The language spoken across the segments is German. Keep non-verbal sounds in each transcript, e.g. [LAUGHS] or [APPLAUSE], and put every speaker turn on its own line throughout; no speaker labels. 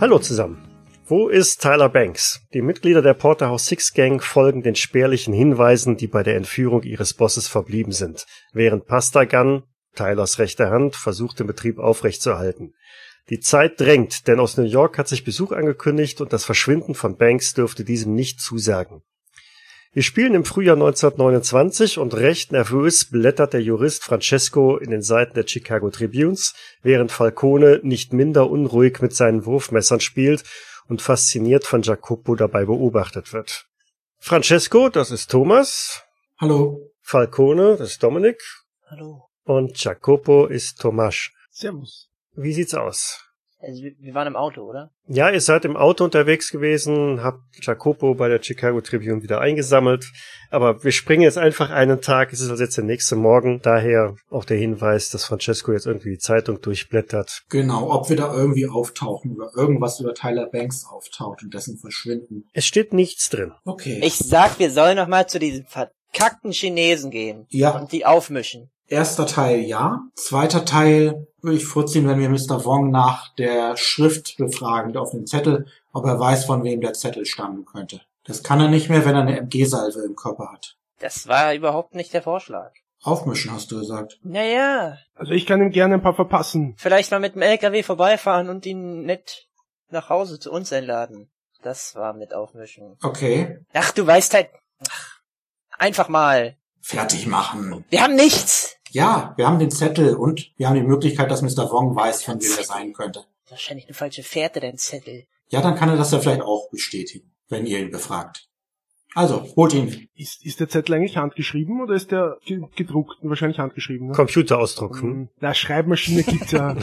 Hallo zusammen. Wo ist Tyler Banks? Die Mitglieder der Porterhouse Six Gang folgen den spärlichen Hinweisen, die bei der Entführung ihres Bosses verblieben sind, während Pasta Gun, Tylers rechte Hand, versucht, den Betrieb aufrechtzuerhalten. Die Zeit drängt, denn aus New York hat sich Besuch angekündigt und das Verschwinden von Banks dürfte diesem nicht zusagen. Wir spielen im Frühjahr 1929 und recht nervös blättert der Jurist Francesco in den Seiten der Chicago Tribunes, während Falcone nicht minder unruhig mit seinen Wurfmessern spielt und fasziniert von Jacopo dabei beobachtet wird. Francesco, das ist Thomas.
Hallo.
Falcone, das ist Dominik.
Hallo.
Und Jacopo ist Tomasz.
Servus.
Wie sieht's aus?
Also wir, wir waren im Auto, oder?
Ja, ihr seid im Auto unterwegs gewesen, habt Jacopo bei der Chicago Tribune wieder eingesammelt, aber wir springen jetzt einfach einen Tag, es ist also jetzt der nächste Morgen, daher auch der Hinweis, dass Francesco jetzt irgendwie die Zeitung durchblättert.
Genau, ob wir da irgendwie auftauchen oder irgendwas über Tyler Banks auftaucht und dessen Verschwinden.
Es steht nichts drin.
Okay.
Ich sag, wir sollen noch mal zu diesen verkackten Chinesen gehen
ja,
und die aufmischen.
erster Teil ja. Zweiter Teil würde ich vorziehen, wenn wir Mr. Wong nach der Schrift befragen, auf dem Zettel, ob er weiß, von wem der Zettel stammen könnte. Das kann er nicht mehr, wenn er eine MG-Salve im Körper hat.
Das war überhaupt nicht der Vorschlag.
Aufmischen, hast du gesagt.
Naja,
Also ich kann ihm gerne ein paar verpassen.
vielleicht mal mit dem LKW vorbeifahren und ihn nett nach Hause zu uns einladen. Das war mit aufmischen.
Okay.
Ach, du weißt halt. Ach, einfach mal.
Fertig machen.
Wir haben nichts.
Ja, wir haben den Zettel und wir haben die Möglichkeit, dass Mr. Wong weiß, von wem er sein könnte.
Wahrscheinlich eine falsche Fährte, dein Zettel.
Ja, dann kann er das ja vielleicht auch bestätigen, wenn ihr ihn befragt. Also, holt ihn.
Ist, ist der Zettel eigentlich handgeschrieben oder ist der ge- gedruckt? Wahrscheinlich handgeschrieben. Ne?
Computerausdruck. Hm?
Hm, Na, Schreibmaschine gibt's ja.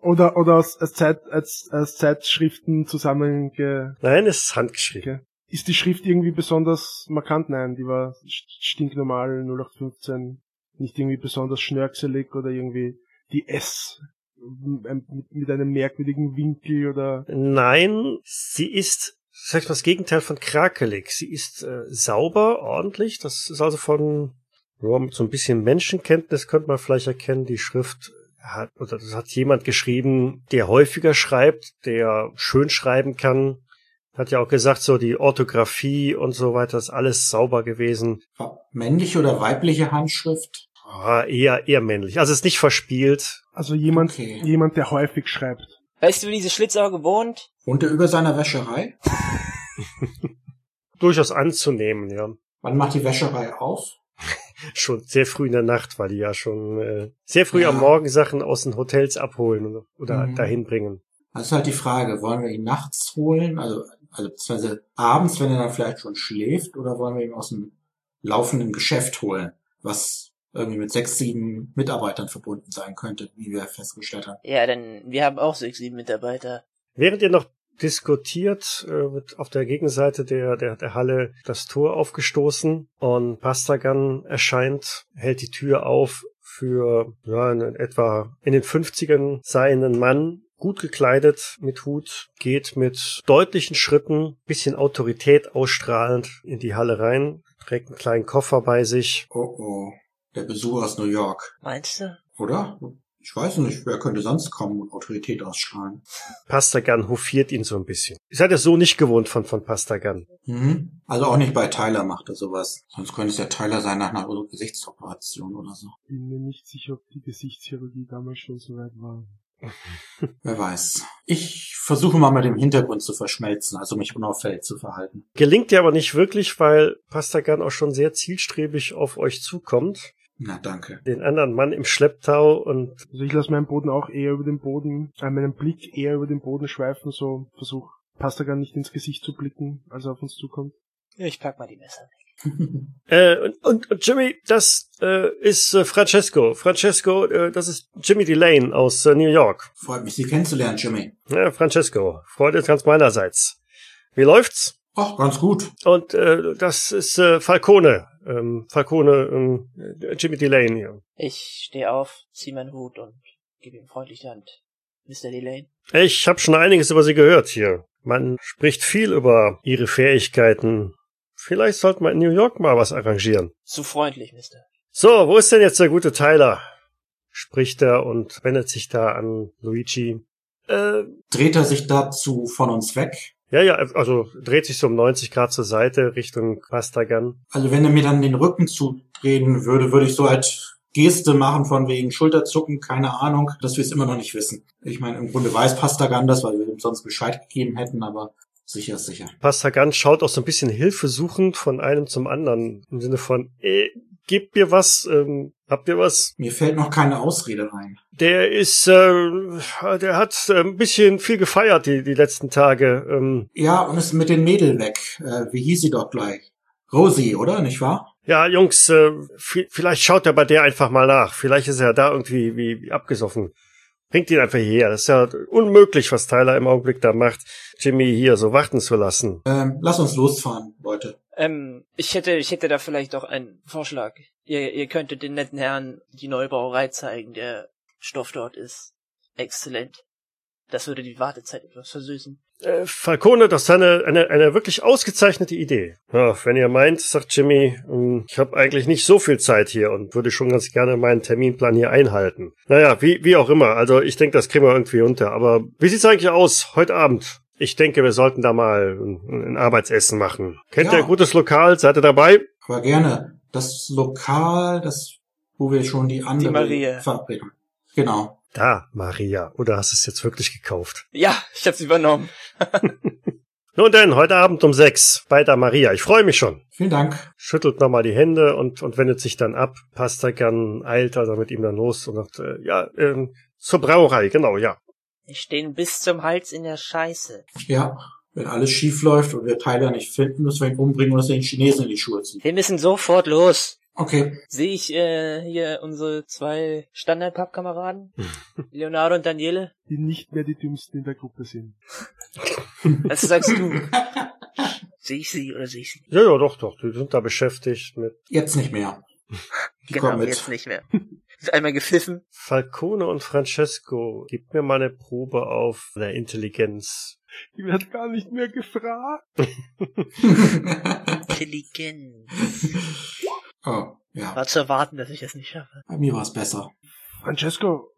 oder oder aus, als, Zeit, als, als Zeitschriften zusammenge...
Nein, es ist handgeschrieben.
Okay. Ist die Schrift irgendwie besonders markant? Nein, die war st- stinknormal 0815, nicht irgendwie besonders schnörkselig oder irgendwie die S m- ein- mit, mit einem merkwürdigen Winkel oder
Nein, sie ist, sag ich mal, das Gegenteil von krakelig. Sie ist äh, sauber, ordentlich. Das ist also von ja, mit so ein bisschen Menschenkenntnis könnte man vielleicht erkennen, die Schrift hat, oder das hat jemand geschrieben, der häufiger schreibt, der schön schreiben kann. Hat ja auch gesagt, so die Orthographie und so weiter ist alles sauber gewesen.
Männliche oder weibliche Handschrift?
Ah, eher, eher männlich. Also es ist nicht verspielt.
also jemand,
Okay.
jemand, der häufig schreibt.
Weißt du, wie diese Schlitzauge wohnt?
Und der über seiner Wäscherei?
Durchaus anzunehmen, ja.
Wann macht die Wäscherei auf?
schon sehr früh in der Nacht, weil die ja schon äh, sehr früh
Ja.
am Morgen Sachen aus den Hotels abholen oder- oder
Mhm.
dahin bringen.
Das ist halt die Frage, wollen wir ihn nachts holen? Also, also beziehungsweise abends, wenn er dann vielleicht schon schläft, oder wollen wir ihn aus dem laufenden Geschäft holen, was irgendwie mit sechs, sieben Mitarbeitern verbunden sein könnte, wie wir festgestellt haben.
Ja, denn wir haben auch sechs, sieben Mitarbeiter.
Während ihr noch diskutiert, äh, wird auf der Gegenseite der, der, der Halle das Tor aufgestoßen und Pastagan erscheint, hält die Tür auf für ja, einen etwa in den 50ern seinen Mann, gut gekleidet, mit Hut, geht mit deutlichen Schritten, bisschen Autorität ausstrahlend in die Halle rein, trägt einen kleinen Koffer bei sich
Oh oh, der Besuch aus New York,
Meinst du?
oder? Ich weiß nicht, wer könnte sonst kommen und Autorität ausstrahlen?
Pastagan hofiert ihn so ein bisschen. Ihr seid ja so nicht gewohnt von, von Pastagan.
Mhm. Also auch nicht bei Tyler macht er sowas. Sonst könnte es ja Tyler sein nach einer Gesichtsoperation oder so.
Bin mir nicht sicher, ob die Gesichtschirurgie damals schon so weit war.
Wer weiß. Ich versuche mal mit dem Hintergrund zu verschmelzen, also mich unauffällig zu verhalten.
Gelingt dir aber nicht wirklich, weil Pastagan auch schon sehr zielstrebig auf euch zukommt.
Na, danke. [LAUGHS]
Den anderen Mann im Schlepptau und
Also ich lasse meinen Boden auch eher über den Boden, äh, meinen Blick eher über den Boden schweifen, so versuch passt er gar nicht ins Gesicht zu blicken, als er auf uns zukommt.
Ich pack mal die Messer.
äh, und, und, und Jimmy, das äh, ist äh, Francesco. Francesco, äh, das ist Jimmy Delane aus äh, New York.
Freut mich, Sie kennenzulernen, Jimmy.
Ja, Francesco, Freude ist ganz meinerseits. Wie läuft's?
Ach, ganz gut.
Und äh, das ist äh, Falcone. Ähm, Falcone, ähm, äh, Jimmy Delane hier.
Ich stehe auf, zieh meinen Hut und gebe ihm freundlich die Hand. Mr. Delane.
Ich habe schon einiges über sie gehört hier. Man spricht viel über ihre Fähigkeiten. Vielleicht sollte man in New York mal was arrangieren.
Zu freundlich, Mister.
So, wo ist denn jetzt der gute Tyler? spricht er und wendet sich da an Luigi. Äh,
Dreht er sich dazu von uns weg?
ja, ja, also dreht sich so um 90 Grad zur Seite Richtung Pastagan.
Also wenn er mir dann den Rücken zudrehen würde, würde ich so als Geste machen von wegen Schulterzucken, keine Ahnung, dass wir es immer noch nicht wissen. Ich meine, im Grunde weiß Pastagan das, weil wir ihm sonst Bescheid gegeben hätten, aber sicher ist sicher.
Pastagan schaut auch so ein bisschen hilfesuchend von einem zum anderen im Sinne von, äh, gebt mir was, ähm, habt ihr was?
Mir fällt noch keine Ausrede ein.
Der ist, äh, der hat äh, ein bisschen viel gefeiert die, die letzten Tage. Ähm,
Ja, und ist mit den Mädel weg. Äh, wie hieß sie dort gleich? Rosi, oder? Nicht wahr?
ja, Jungs, äh, vi- vielleicht schaut er bei der einfach mal nach. Vielleicht ist er da irgendwie wie, wie abgesoffen. Bringt ihn einfach hierher. Das ist ja unmöglich, was Tyler im Augenblick da macht, Jimmy hier so warten zu lassen.
Ähm, lass uns losfahren, Leute.
Ähm, ich hätte, ich hätte da vielleicht doch einen Vorschlag. Ihr, ihr könntet den netten Herrn die neue Brauerei zeigen. Der Stoff dort ist exzellent. Das würde die Wartezeit etwas versüßen.
Äh, Falcone, das ist eine, eine, eine wirklich ausgezeichnete Idee. Ja, wenn ihr meint, sagt Jimmy, ähm, ich habe eigentlich nicht so viel Zeit hier und würde schon ganz gerne meinen Terminplan hier einhalten. Naja, wie, wie auch immer. Also ich denke, das kriegen wir irgendwie unter. Aber wie sieht's eigentlich aus heute Abend? Ich denke, wir sollten da mal ein, ein Arbeitsessen machen. Kennt
Ja.
ihr ein gutes Lokal? Seid ihr dabei?
Aber gerne. Das Lokal, das, wo wir schon die andere
Maria.
Verabredung. Genau.
Da, Maria. Oder hast du es jetzt wirklich gekauft?
Ja, ich hab's übernommen.
Nun denn, heute Abend um sechs bei der Maria. Ich freue mich schon.
Vielen Dank.
schüttelt nochmal die Hände und, und wendet sich dann ab. Pastagan eilt also mit ihm dann los und sagt, äh, ja, ähm, zur Brauerei, genau, ja.
Wir stehen bis zum Hals in der Scheiße.
Ja, wenn alles schief läuft und wir Tyler nicht finden, müssen wir ihn umbringen und es den Chinesen in die Schuhe ziehen.
Wir müssen sofort los.
Okay.
Sehe ich äh, hier unsere zwei Standard-Pappkameraden, Leonardo und Daniele?
die nicht mehr die dümmsten in der Gruppe sind.
Was sagst du?
[LAUGHS]
sehe ich sie oder sehe ich sie nicht?
Ja, ja, doch, doch, die sind da beschäftigt mit
Jetzt nicht mehr. Die
Genau,
kommen mit.
jetzt nicht mehr. Ist einmal gepfiffen.
Falcone und Francesco. Gib mir mal eine Probe auf der Intelligenz.
Die werden gar nicht mehr gefragt.
Intelligent.
[LAUGHS] oh, ja.
War zu erwarten, dass ich das nicht schaffe.
Bei mir war es besser.
Francesco,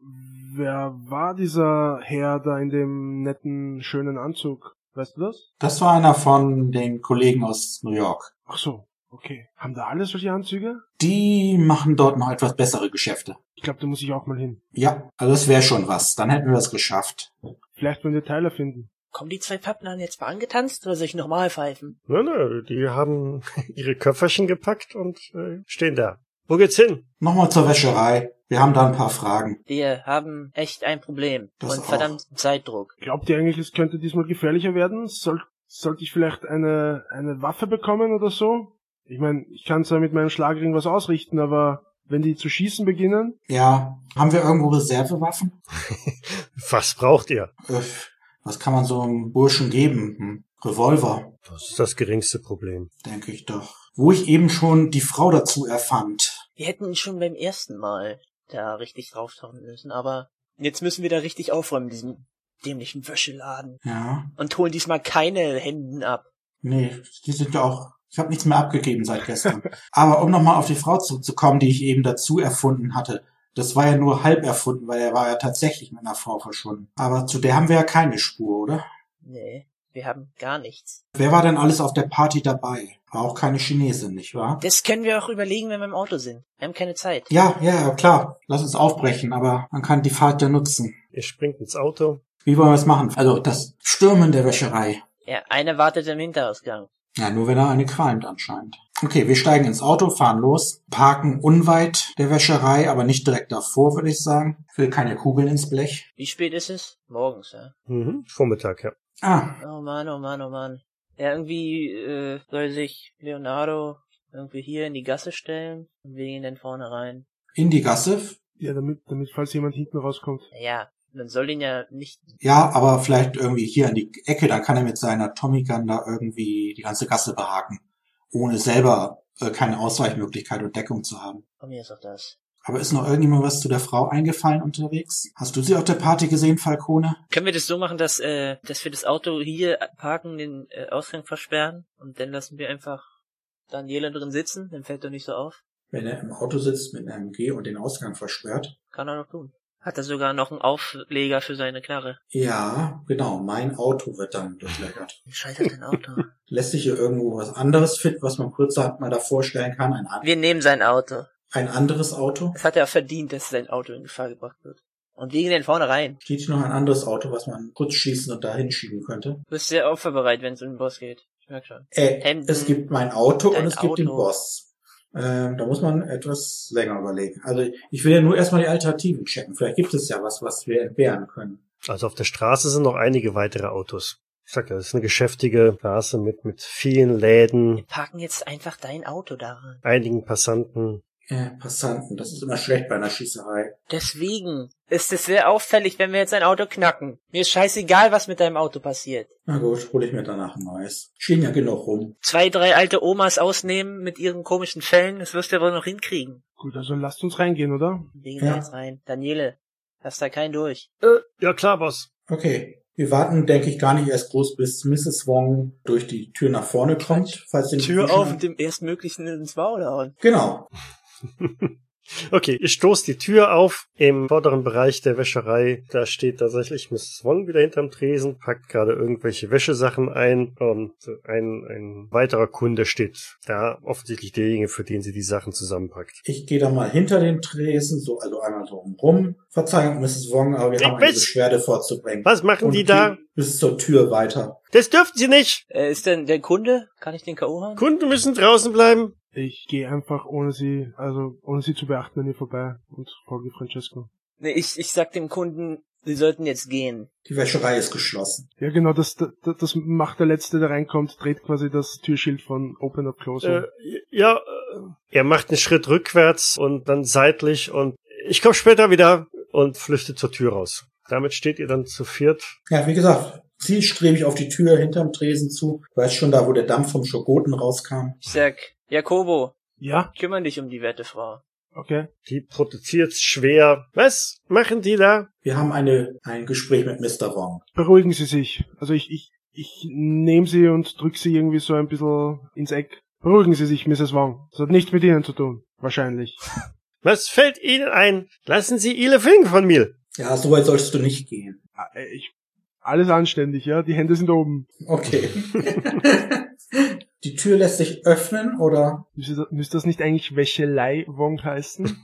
wer war dieser Herr da in dem netten, schönen Anzug? Weißt du das?
Das war einer von den Kollegen aus New York.
Ach so, okay. Haben da alle solche Anzüge?
Die machen dort noch etwas bessere Geschäfte.
Ich glaube, da muss ich auch mal hin.
Ja, also es wäre schon was. Dann hätten wir das geschafft.
Vielleicht wollen wir Tyler finden.
Kommen die zwei Pappnahen jetzt mal angetanzt oder soll ich nochmal pfeifen?
Nö, nö, die haben [LAUGHS] ihre Köfferchen gepackt und äh, stehen da. Wo geht's hin?
Nochmal zur Wäscherei. Wir haben da ein paar Fragen.
Wir haben echt ein Problem.
Das
und
auch.
verdammt Zeitdruck.
Glaubt ihr eigentlich, es könnte diesmal gefährlicher werden? Soll, sollte ich vielleicht eine, eine Waffe bekommen oder so? Ich meine, ich kann zwar mit meinem Schlagring was ausrichten, aber wenn die zu schießen beginnen,
Ja, haben wir irgendwo Reservewaffen?
Was braucht ihr?
Öff, was kann man so einem Burschen geben? Hm? Revolver,
Das ist das geringste Problem.
denke ich doch. Wo ich eben schon die Frau dazu erfand.
Wir hätten ihn schon beim ersten Mal da richtig drauftauchen müssen, aber jetzt müssen wir da richtig aufräumen, diesen dämlichen Wäscheladen.
Ja,
Und holen diesmal keine Händen ab.
nee, die sind ja auch... Ich habe nichts mehr abgegeben seit gestern. Aber um nochmal auf die Frau zurückzukommen, die ich eben dazu erfunden hatte. Das war ja nur halb erfunden, weil er war ja tatsächlich mit einer Frau verschwunden. Aber zu der haben wir ja keine Spur, oder?
Nee, wir haben gar nichts.
Wer war denn alles auf der Party dabei? War auch keine Chinesin, nicht wahr?
Das können wir auch überlegen, wenn wir im Auto sind. Wir haben keine Zeit.
Ja, ja, ja, klar. Lass uns aufbrechen, aber man kann die Fahrt ja nutzen.
Ihr springt ins Auto.
Wie wollen wir es machen? Also das Stürmen der Wäscherei.
Ja, einer wartet im Hinterausgang.
Ja, nur wenn er eine qualmt anscheinend. Okay, wir steigen ins Auto, fahren los, parken unweit der Wäscherei, aber nicht direkt davor, würde ich sagen. Ich will keine Kugeln ins Blech.
Wie spät ist es? Morgens, ja.
Mhm. Vormittag, ja.
Ah,
Oh Mann, oh Mann, oh Mann. Ja, irgendwie äh, soll sich Leonardo irgendwie hier in die Gasse stellen und wir gehen dann vorne rein.
in die Gasse?
ja, damit, damit falls jemand hinten rauskommt.
Naja, man soll den ja nicht...
Ja, aber vielleicht irgendwie hier in die Ecke, dann kann er mit seiner Tommy Gun da irgendwie die ganze Gasse behaken, ohne selber äh, keine Ausweichmöglichkeit und Deckung zu haben.
Komm, hier ist auf das.
Aber ist noch irgendjemand was zu der Frau eingefallen unterwegs? Hast du sie auf der Party gesehen, Falcone?
Können wir das so machen, dass, äh, dass wir das Auto hier parken, den äh, Ausgang versperren und dann lassen wir einfach Daniela drin sitzen? Dann fällt er nicht so auf.
Wenn er im Auto sitzt mit einem G und den Ausgang versperrt.
Kann er doch tun. Hat er sogar noch einen Aufleger für seine Knarre.
Ja, genau. Mein Auto wird dann durchlöchert.
Wie scheitert dein Auto?
Lässt sich hier irgendwo was anderes finden, was man kurzerhand mal da vorstellen kann? Ein, an
Wir nehmen sein Auto.
ein anderes Auto?
Es hat er verdient, dass sein Auto in Gefahr gebracht wird. Und wir gehen den vorne rein.
Steht hier noch ein anderes Auto, was man kurz schießen und da hinschieben könnte?
Du bist sehr opferbereit, wenn es um den Boss geht. Ich merk schon.
Äh,
Hemden,
es gibt mein Auto
Ähm, dein
und es gibt den
Auto.
Boss. Ähm, da muss man etwas länger überlegen. Also ich will ja nur erstmal die Alternativen checken. Vielleicht gibt es ja was, was wir entbehren können.
Also auf der Straße sind noch einige weitere Autos. Ich sag ja, das ist eine geschäftige Straße mit, mit vielen Läden,
Wir parken jetzt einfach dein Auto da.
einigen Passanten.
Äh, Passanten, das ist immer schlecht bei einer Schießerei.
Deswegen ist es sehr auffällig, wenn wir jetzt ein Auto knacken. Mir ist scheißegal, was mit deinem Auto passiert.
Na gut, hole ich mir danach ein neues. Schien ja genug rum.
Zwei, drei alte Omas ausnehmen mit ihren komischen Fällen, das wirst du ja wohl noch hinkriegen.
Gut, also lasst uns reingehen, oder?
Wir
Ja.
gehen jetzt rein. Daniele, lass da keinen durch.
Ja klar, Boss.
Okay. Wir warten, denke ich, gar nicht erst groß, bis Mrs. Wong durch die Tür nach vorne kommt. Falls sie nicht
Tür
schon-
auf und dem erstmöglichen ins Maul hauen.
Genau.
[LAUGHS] Okay, ich stoß die Tür auf im vorderen Bereich der Wäscherei. Da steht tatsächlich Mrs. Wong wieder hinterm Tresen, packt gerade irgendwelche Wäschesachen ein und ein, ein weiterer Kunde steht da, offensichtlich derjenige, für den sie die Sachen zusammenpackt.
Ich gehe da mal hinter den Tresen, so, also einmal so rum. Verzeihung, Mrs. Wong, aber wir
Ich
haben eine
bin's.
Beschwerde vorzubringen.
Was machen die da?
gehen Bis zur Tür weiter.
Das dürfen sie nicht!
Äh, ist denn der Kunde? Kann ich den K.O. hauen?
Kunden müssen draußen bleiben!
Ich gehe einfach ohne sie, also ohne sie zu beachten an ihr vorbei und folge Francesco.
Nee, ich, ich sag dem Kunden, sie sollten jetzt gehen.
Die Wäscherei ist geschlossen.
Ja genau, das, das, das macht der Letzte, der reinkommt, dreht quasi das Türschild von Open Up Close. um.
Äh, ja, äh, er macht einen Schritt rückwärts und dann seitlich und ich komme später wieder und flüchtet zur Tür raus. Damit steht ihr dann zu viert
Ja, wie gesagt, zielstrebig auf die Tür hinterm Tresen zu. Du weißt schon da, wo der Dampf vom Schokoten rauskam.
Ich sag, Jakobo,
Ja,
kümmere dich um die werte Frau.
okay.
Die protestiert schwer. Was machen die da?
Wir haben eine, ein Gespräch mit Mr. Wong.
Beruhigen Sie sich. Also ich, ich, ich nehme sie und drück sie irgendwie so ein bisschen ins Eck. Beruhigen Sie sich, Mrs. Wong. Das hat nichts mit Ihnen zu tun. Wahrscheinlich.
Was fällt ihnen ein? Lassen Sie ihre Finger von mir.
Ja, so weit sollst du nicht gehen.
Ah, äh, Ich, alles anständig, ja. Die Hände sind oben.
Okay. [LAUGHS] die Tür lässt sich öffnen oder?
Müsste das- müsste das nicht eigentlich Wäschelei Wong heißen?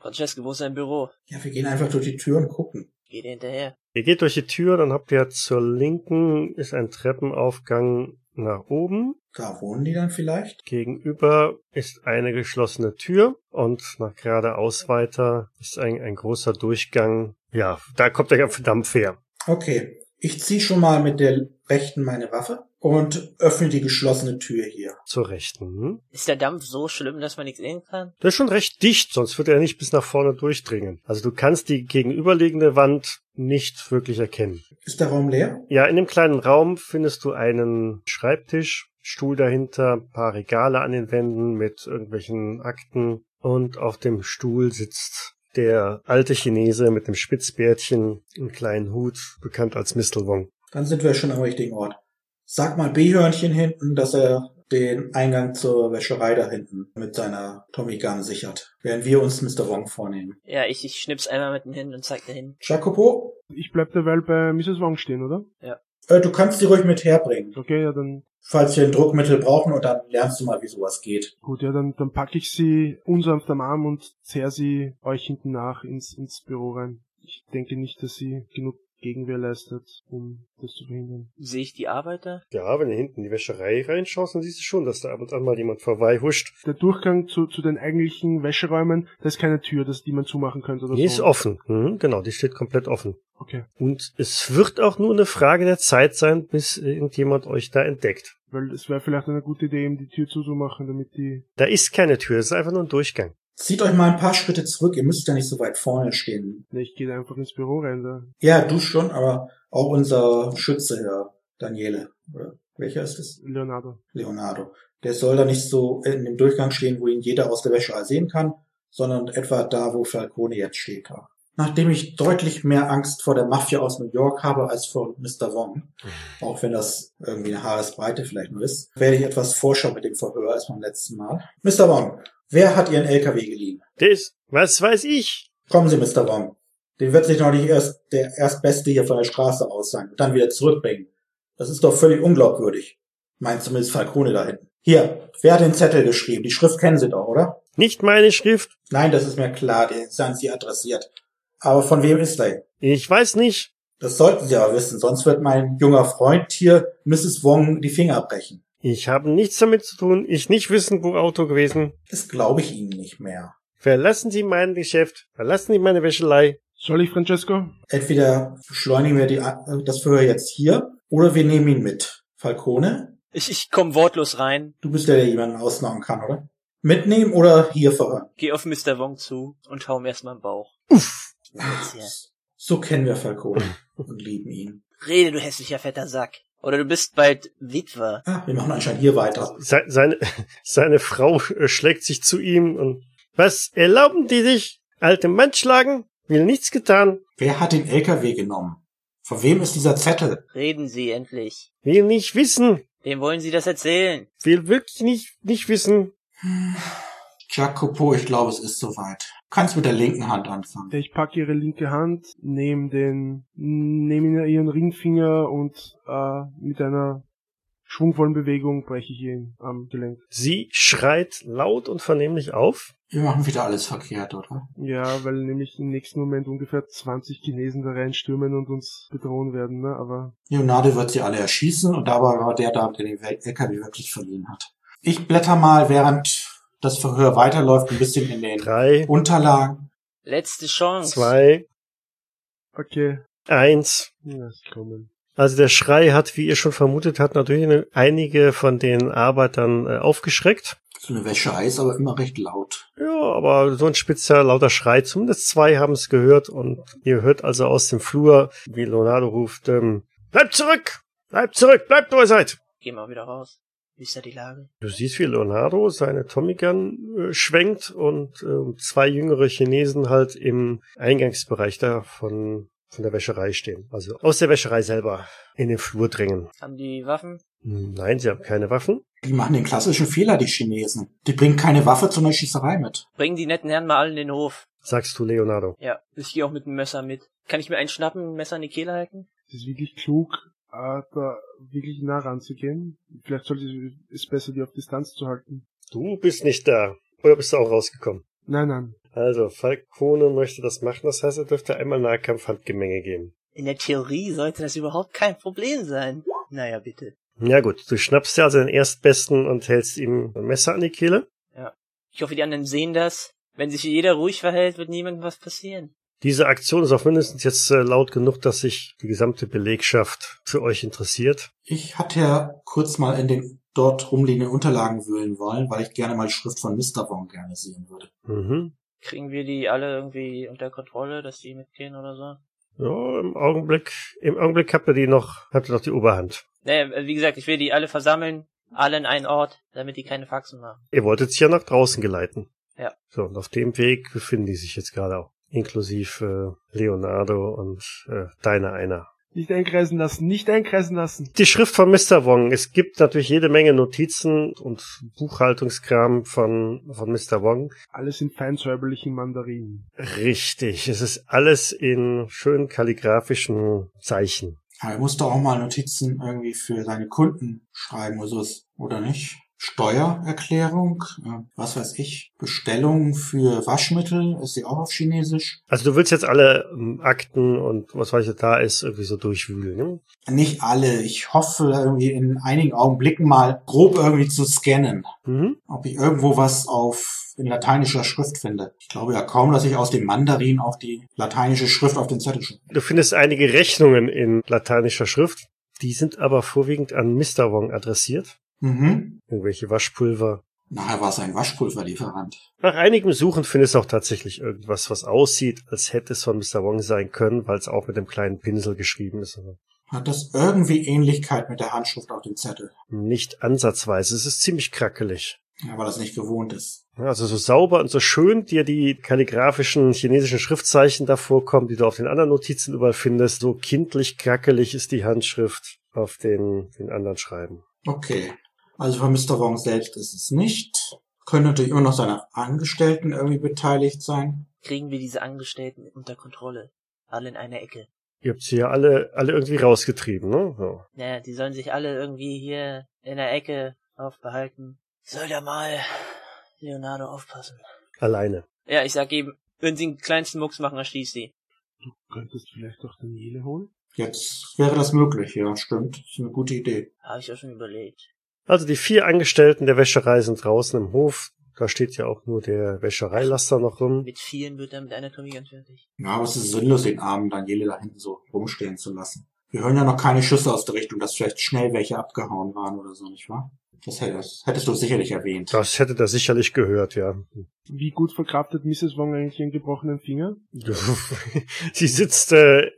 Francesco, wo ist dein Büro?
Ja, wir gehen einfach durch die Tür und gucken.
Geh dir hinterher.
Ihr geht durch die Tür, dann habt ihr zur linken ist ein Treppenaufgang nach oben.
Da wohnen die dann vielleicht?
Gegenüber ist eine geschlossene Tür und nach geradeaus weiter ist ein, ein großer Durchgang. Ja, da kommt der ganze Dampf her.
Okay. Ich zieh schon mal mit der rechten meine Waffe und öffne die geschlossene Tür hier.
Zur rechten. Hm?
Ist der Dampf so schlimm, dass man nichts sehen kann?
Der ist schon recht dicht, sonst würde er nicht bis nach vorne durchdringen. Also du kannst die gegenüberliegende Wand nicht wirklich erkennen.
Ist der Raum leer?
Ja, in dem kleinen Raum findest du einen Schreibtisch, Stuhl dahinter, ein paar Regale an den Wänden mit irgendwelchen Akten und auf dem Stuhl sitzt der alte Chinese mit dem Spitzbärtchen, einem kleinen Hut, bekannt als Mistel Wong.
Dann sind wir schon am richtigen Ort. Sag mal B-Hörnchen hinten, dass er den Eingang zur Wäscherei da hinten mit seiner Tommy Gun sichert, während wir uns Mr. Wong vornehmen.
Ja, ich, ich schnips einmal mit dem hin und zeig dir hin.
Jacopo,
Ich bleib derweil bei Mrs. Wong stehen, oder?
Äh, du kannst die ruhig mit herbringen,
Okay, ja, dann,
falls wir ein Druckmittel brauchen und dann lernst du mal, wie sowas geht.
gut, ja, dann, dann packe ich sie unsanft am Arm und zerr sie euch hinten nach ins, ins Büro rein. Ich denke nicht, dass sie genug Gegenwehr leistet, um das zu verhindern.
Sehe ich die Arbeiter?
Ja, wenn du hinten in die Wäscherei reinschaust, dann siehst du schon, dass da ab und an mal jemand vorbeihuscht.
Der Durchgang zu, zu den eigentlichen Wäscheräumen, da ist keine Tür, das, die man zumachen könnte oder
Die ist
so.
offen. Hm, genau, die steht komplett offen.
Okay,
Und es wird auch nur eine Frage der Zeit sein, bis irgendjemand euch da entdeckt.
weil es wäre vielleicht eine gute Idee, eben die Tür zuzumachen, damit die...
Da ist keine Tür, es ist einfach nur ein Durchgang.
Zieht euch mal ein paar Schritte zurück, ihr müsst ja nicht so weit vorne stehen.
Ne, ich gehe einfach ins Büro rein, da.
Ja, du schon, aber auch unser Schütze, Herr Daniele. Oder welcher ist es?
Leonardo.
Leonardo. Der soll da nicht so in dem Durchgang stehen, wo ihn jeder aus der Wäscherei sehen kann, sondern etwa da, wo Falcone jetzt steht. Nachdem ich deutlich mehr Angst vor der Mafia aus New York habe als vor Mr. Wong, auch wenn das irgendwie eine Haaresbreite vielleicht nur ist, werde ich etwas forscher mit dem Verhör als beim letzten Mal. Mr. Wong, wer hat Ihren LKW geliehen?
Das, was weiß ich?
Kommen Sie, Mr. Wong. Den wird sich noch nicht erst der Erstbeste hier von der Straße aus sein und dann wieder zurückbringen. Das ist doch völlig unglaubwürdig. Meint zumindest Falcone da hinten. Hier, wer hat den Zettel geschrieben? Die Schrift kennen Sie doch, oder?
Nicht meine Schrift.
Nein, das ist mir klar, die sind Sie adressiert. Aber von wem ist er?
Ich weiß nicht.
Das sollten Sie aber wissen, sonst wird mein junger Freund hier Mrs. Wong die Finger brechen.
Ich habe nichts damit zu tun. Ich nicht wissen, wo Auto gewesen.
Das glaube ich Ihnen nicht mehr.
Verlassen Sie mein Geschäft. Verlassen Sie meine Wäschelei.
Soll ich, Francesco?
Entweder beschleunigen wir die, äh, das Verhör jetzt hier oder wir nehmen ihn mit. Falcone,
Ich, ich komme wortlos rein,
du bist der, der jemanden ausladen kann, oder? Mitnehmen oder hier verhören?
gehe auf Mr. Wong zu und hau ihm erstmal im Bauch. Uff.
So kennen wir Falcone und lieben ihn.
Rede, du hässlicher fetter Sack. Oder du bist bald Witwer.
Ah, wir machen anscheinend hier weiter.
Se seine, [LAUGHS] seine Frau äh, schlägt sich zu ihm und was erlauben die sich? Alte Mann schlagen? Will nichts getan.
Wer hat den LKW genommen? Von wem ist dieser Zettel?
Reden Sie endlich.
Will nicht wissen.
Wem wollen Sie das erzählen?
Will wirklich nicht, nicht wissen.
Jacopo, ich glaube, es ist soweit. Kannst mit der linken Hand anfangen.
Ich packe ihre linke Hand, nehme den, nehme ihren Ringfinger und äh, mit einer schwungvollen Bewegung breche ich ihn am Gelenk.
Sie schreit laut und vernehmlich auf.
Wir machen wieder alles verkehrt, oder?
Ja, weil nämlich im nächsten Moment ungefähr 20 Chinesen da reinstürmen und uns bedrohen werden, ne? Aber
Leonardo wird sie alle erschießen und dabei war der da, der den LKW wirklich verliehen hat. Ich blätter mal, während das Verhör weiterläuft, ein bisschen in den
Drei,
Unterlagen.
Letzte Chance.
zwei,
okay,
eins.
lass kommen.
Also der Schrei hat, wie ihr schon vermutet habt, natürlich eine- einige von den Arbeitern äh, aufgeschreckt.
So eine Wäsche Eis, aber immer recht laut.
Ja, aber so ein spitzer, lauter Schrei, zumindest zwei haben es gehört und ihr hört also aus dem Flur, wie Leonardo ruft, ähm, bleibt zurück! Bleibt zurück! Bleibt, wo ihr seid!
Geh mal wieder raus. Wie ist da die Lage?
Du siehst, wie Leonardo seine Tommy Gun äh, schwenkt und ähm, zwei jüngere Chinesen halt im Eingangsbereich da von, von der Wäscherei stehen. Also aus der Wäscherei selber in den Flur drängen.
Haben die Waffen?
Nein, sie haben keine Waffen.
Die machen den klassischen Fehler, die Chinesen. Die bringen keine Waffe zu einer Schießerei mit.
Bringen die netten Herren mal alle in den Hof.
sagst du Leonardo.
Ja, ich gehe auch mit dem Messer mit. Kann ich mir einen schnappen, ein Messer in die Kehle halten?
Es ist wirklich klug, äh, da wirklich nah ranzugehen. Vielleicht sollte es besser, die auf Distanz zu halten.
Du bist nicht da. Oder bist du auch rausgekommen?
Nein, nein.
Also, Falcone möchte das machen, das heißt, er dürfte einmal Nahkampfhandgemenge geben.
In der Theorie sollte das überhaupt kein Problem sein. Naja, bitte.
Ja gut, du schnappst dir also den Erstbesten und hältst ihm ein Messer an die Kehle.
Ich hoffe, die anderen sehen das. Wenn sich jeder ruhig verhält, wird niemandem was passieren.
Diese Aktion ist auch mindestens jetzt äh, laut genug, dass sich die gesamte Belegschaft für euch interessiert.
Ich hatte ja kurz mal in den dort rumliegenden Unterlagen wühlen wollen, weil ich gerne mal die Schrift von Mr. Wong gerne sehen würde.
Mhm.
Kriegen wir die alle irgendwie unter Kontrolle, dass die mitgehen oder so?
Ja, im Augenblick, im Augenblick habt ihr die noch, habt ihr noch die Oberhand.
Naja, wie gesagt, ich will die alle versammeln, alle in einen Ort, damit die keine Faxen machen.
Ihr wolltet sie ja nach draußen geleiten.
Ja.
So, und auf dem Weg befinden die sich jetzt gerade auch. Inklusive äh, Leonardo und äh, deiner einer.
Nicht einkreisen lassen, nicht einkreisen lassen.
Die Schrift von Mr. Wong. Es gibt natürlich jede Menge Notizen und Buchhaltungskram von, von Mr. Wong.
Alles in feinsäuberlichen Mandarinen.
Richtig. Es ist alles in schön kalligrafischen Zeichen.
Aber er muss doch auch mal Notizen irgendwie für seine Kunden schreiben oder so, oder nicht? Steuererklärung, äh, was weiß ich, Bestellung für Waschmittel, ist sie auch auf Chinesisch?
Also du willst jetzt alle ähm, Akten und was weiß ich da ist, irgendwie so durchwühlen. Ne?
Nicht alle. Ich hoffe, irgendwie in einigen Augenblicken mal grob irgendwie zu scannen.
Mhm.
ob ich irgendwo was auf in lateinischer Schrift finde. Ich glaube ja kaum, dass ich aus dem Mandarin auch die lateinische Schrift auf den Zettel schreibe.
Du findest einige Rechnungen in lateinischer Schrift. Die sind aber vorwiegend an Mr. Wong adressiert.
Mhm.
Irgendwelche Waschpulver,
Nachher war es ein Waschpulverlieferant.
Nach einigem Suchen findest du auch tatsächlich irgendwas, was aussieht, als hätte es von Mr. Wong sein können, weil es auch mit dem kleinen Pinsel geschrieben ist. aber
Hat das irgendwie Ähnlichkeit mit der Handschrift auf dem Zettel?
Nicht ansatzweise. Es ist ziemlich krackelig.
Ja, weil das nicht gewohnt ist.
Ja, Also so sauber und so schön dir die kalligraphischen chinesischen Schriftzeichen da vorkommen, die du auf den anderen Notizen überall findest, so kindlich krackelig ist die Handschrift auf den, den anderen Schreiben.
Okay. Also von Mr. Wong selbst ist es nicht. Können natürlich immer noch seine Angestellten irgendwie beteiligt sein.
kriegen wir diese Angestellten unter Kontrolle. Alle in einer Ecke.
Ihr habt sie ja alle, alle irgendwie rausgetrieben, ne? So.
Naja, die sollen sich alle irgendwie hier in der Ecke aufbehalten. Soll da mal Leonardo aufpassen.
Alleine.
Ja, ich sag eben, wenn sie einen kleinsten Mucks machen, erschießt sie.
Du könntest vielleicht auch Daniele holen?
Jetzt wäre das möglich, ja, stimmt. Ist eine gute Idee.
Habe ich auch schon überlegt.
Also die vier Angestellten der Wäscherei sind draußen im Hof. Da steht ja auch nur der Wäschereilaster noch rum.
Mit vielen wird dann mit einer Tommy ganz fertig.
Ja, aber es ist sinnlos, den armen Daniele da hinten so rumstehen zu lassen. Wir hören ja noch keine Schüsse aus der Richtung, dass vielleicht schnell welche abgehauen waren oder so, nicht wahr? Das hättest, hättest du sicherlich erwähnt.
Das hätte er sicherlich gehört, ja.
Wie gut verkraftet Mrs. Wong eigentlich ihren gebrochenen Finger?
[LAUGHS] Sie sitzt äh,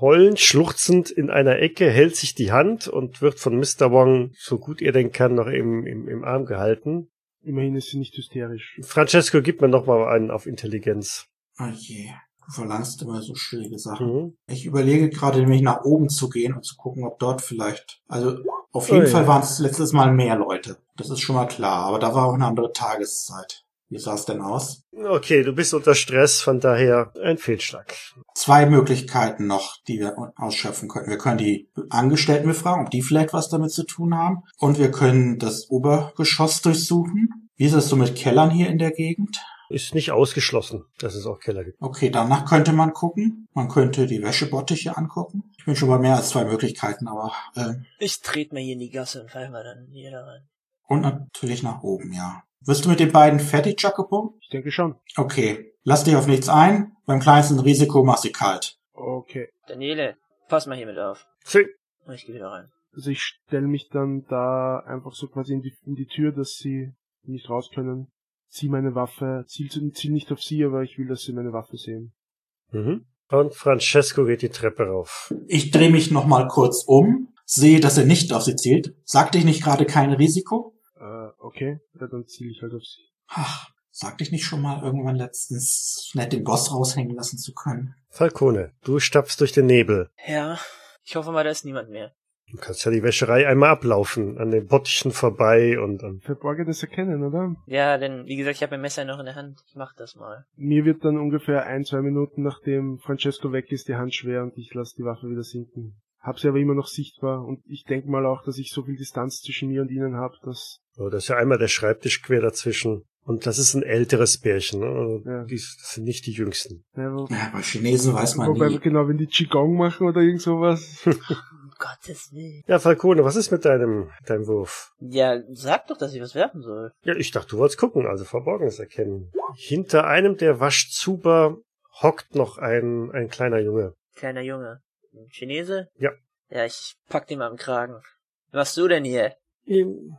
heulend, schluchzend in einer Ecke, hält sich die Hand und wird von Mr. Wong, so gut er denn kann, noch im, im, im Arm gehalten.
Immerhin ist sie nicht hysterisch.
Francesco, gib mir noch mal einen auf Intelligenz.
Oh je, du verlangst immer so schräge
Hm.
Sachen.
Mhm.
Ich überlege gerade nämlich nach oben zu gehen und zu gucken, ob dort vielleicht. Also auf jeden
Oh ja.
Fall waren es letztes Mal mehr Leute. Das ist schon mal klar, aber da war auch eine andere Tageszeit. Wie sah es denn aus?
Okay, du bist unter Stress, von daher ein Fehlschlag.
Zwei Möglichkeiten noch, die wir ausschöpfen können. Wir können die Angestellten befragen, ob die vielleicht was damit zu tun haben. Und wir können das Obergeschoss durchsuchen. Wie ist es so mit Kellern hier in der Gegend?
Ist nicht ausgeschlossen, dass es auch Keller gibt.
Okay, danach könnte man gucken. Man könnte die Wäschebottiche angucken. Ich bin schon bei mehr als zwei Möglichkeiten, aber äh,
Ich trete mal hier in die Gasse und fall mal dann hier da rein.
und natürlich nach oben, ja. Wirst du mit den beiden fertig, Jacopo?
Ich denke schon.
Okay, lass dich auf nichts ein. Beim kleinsten Risiko machst du kalt.
Okay.
Daniele, pass mal hier mit auf.
Zing.
Und ich gehe wieder rein.
Also ich stelle mich dann da einfach so quasi in die, in die Tür, dass sie nicht raus können. Zieh meine Waffe, ziel, zu- ziel nicht auf sie, aber ich will, dass sie meine Waffe sehen.
Mhm. Und Francesco geht die Treppe rauf.
Ich drehe mich nochmal kurz um, sehe, dass er nicht auf sie zielt. Sagte ich nicht gerade kein Risiko?
Äh, okay, ja, dann ziel ich halt auf sie.
Ach, sagte ich nicht schon mal irgendwann letztens, nett den Boss raushängen lassen zu können?
Falcone, du stapfst durch den Nebel.
Ja, ich hoffe mal, da ist niemand mehr.
Du kannst ja die Wäscherei einmal ablaufen, an den Bottichen vorbei und an
Verborgenes erkennen, oder?
Ja, denn wie gesagt, ich habe mein Messer noch in der Hand. Ich mach das mal.
Mir wird dann ungefähr ein, zwei Minuten, nachdem Francesco weg ist, die Hand schwer und ich lasse die Waffe wieder sinken. Hab sie aber immer noch sichtbar und ich denke mal auch, dass ich so viel Distanz zwischen mir und ihnen habe, dass
So, da ist ja einmal der Schreibtisch quer dazwischen. Und das ist ein älteres Pärchen. Ne? Also
Ja.
die s- das sind nicht die jüngsten.
ne, wo-
Ja, bei Chinesen weiß man
wobei
nie.
genau, wenn die Qigong machen oder irgend sowas.
Um Gottes Willen.
Ja, Falcone, was ist mit deinem, deinem Wurf?
Ja, sag doch, dass ich was werfen soll.
Ja, ich dachte, du wolltest gucken, also Verborgenes erkennen. Hinter einem der Waschzuber hockt noch ein, ein kleiner Junge.
Kleiner Junge. Ein Chinese?
Ja.
Ja, ich pack den mal am Kragen. Was machst du denn hier?
Ähm,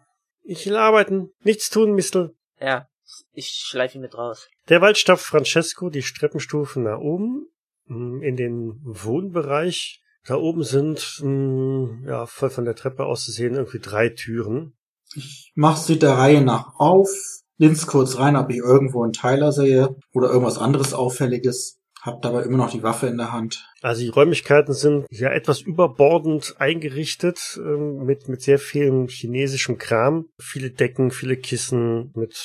Ich will arbeiten, nichts tun, Mistel.
Ja, ich schleif ihn mit raus.
Derweil stapft Francesco die Treppenstufen nach oben, mh, in den Wohnbereich. Da oben sind, mh, ja, voll von der Treppe aus zu sehen, irgendwie drei Türen.
Mach sie der Reihe nach auf, linst kurz rein, ob ich irgendwo einen Teiler sehe oder irgendwas anderes Auffälliges. Hab dabei immer noch die Waffe in der Hand.
Also die Räumlichkeiten sind ja etwas überbordend eingerichtet, ähm, mit, mit sehr vielem chinesischem Kram. Viele Decken, viele Kissen mit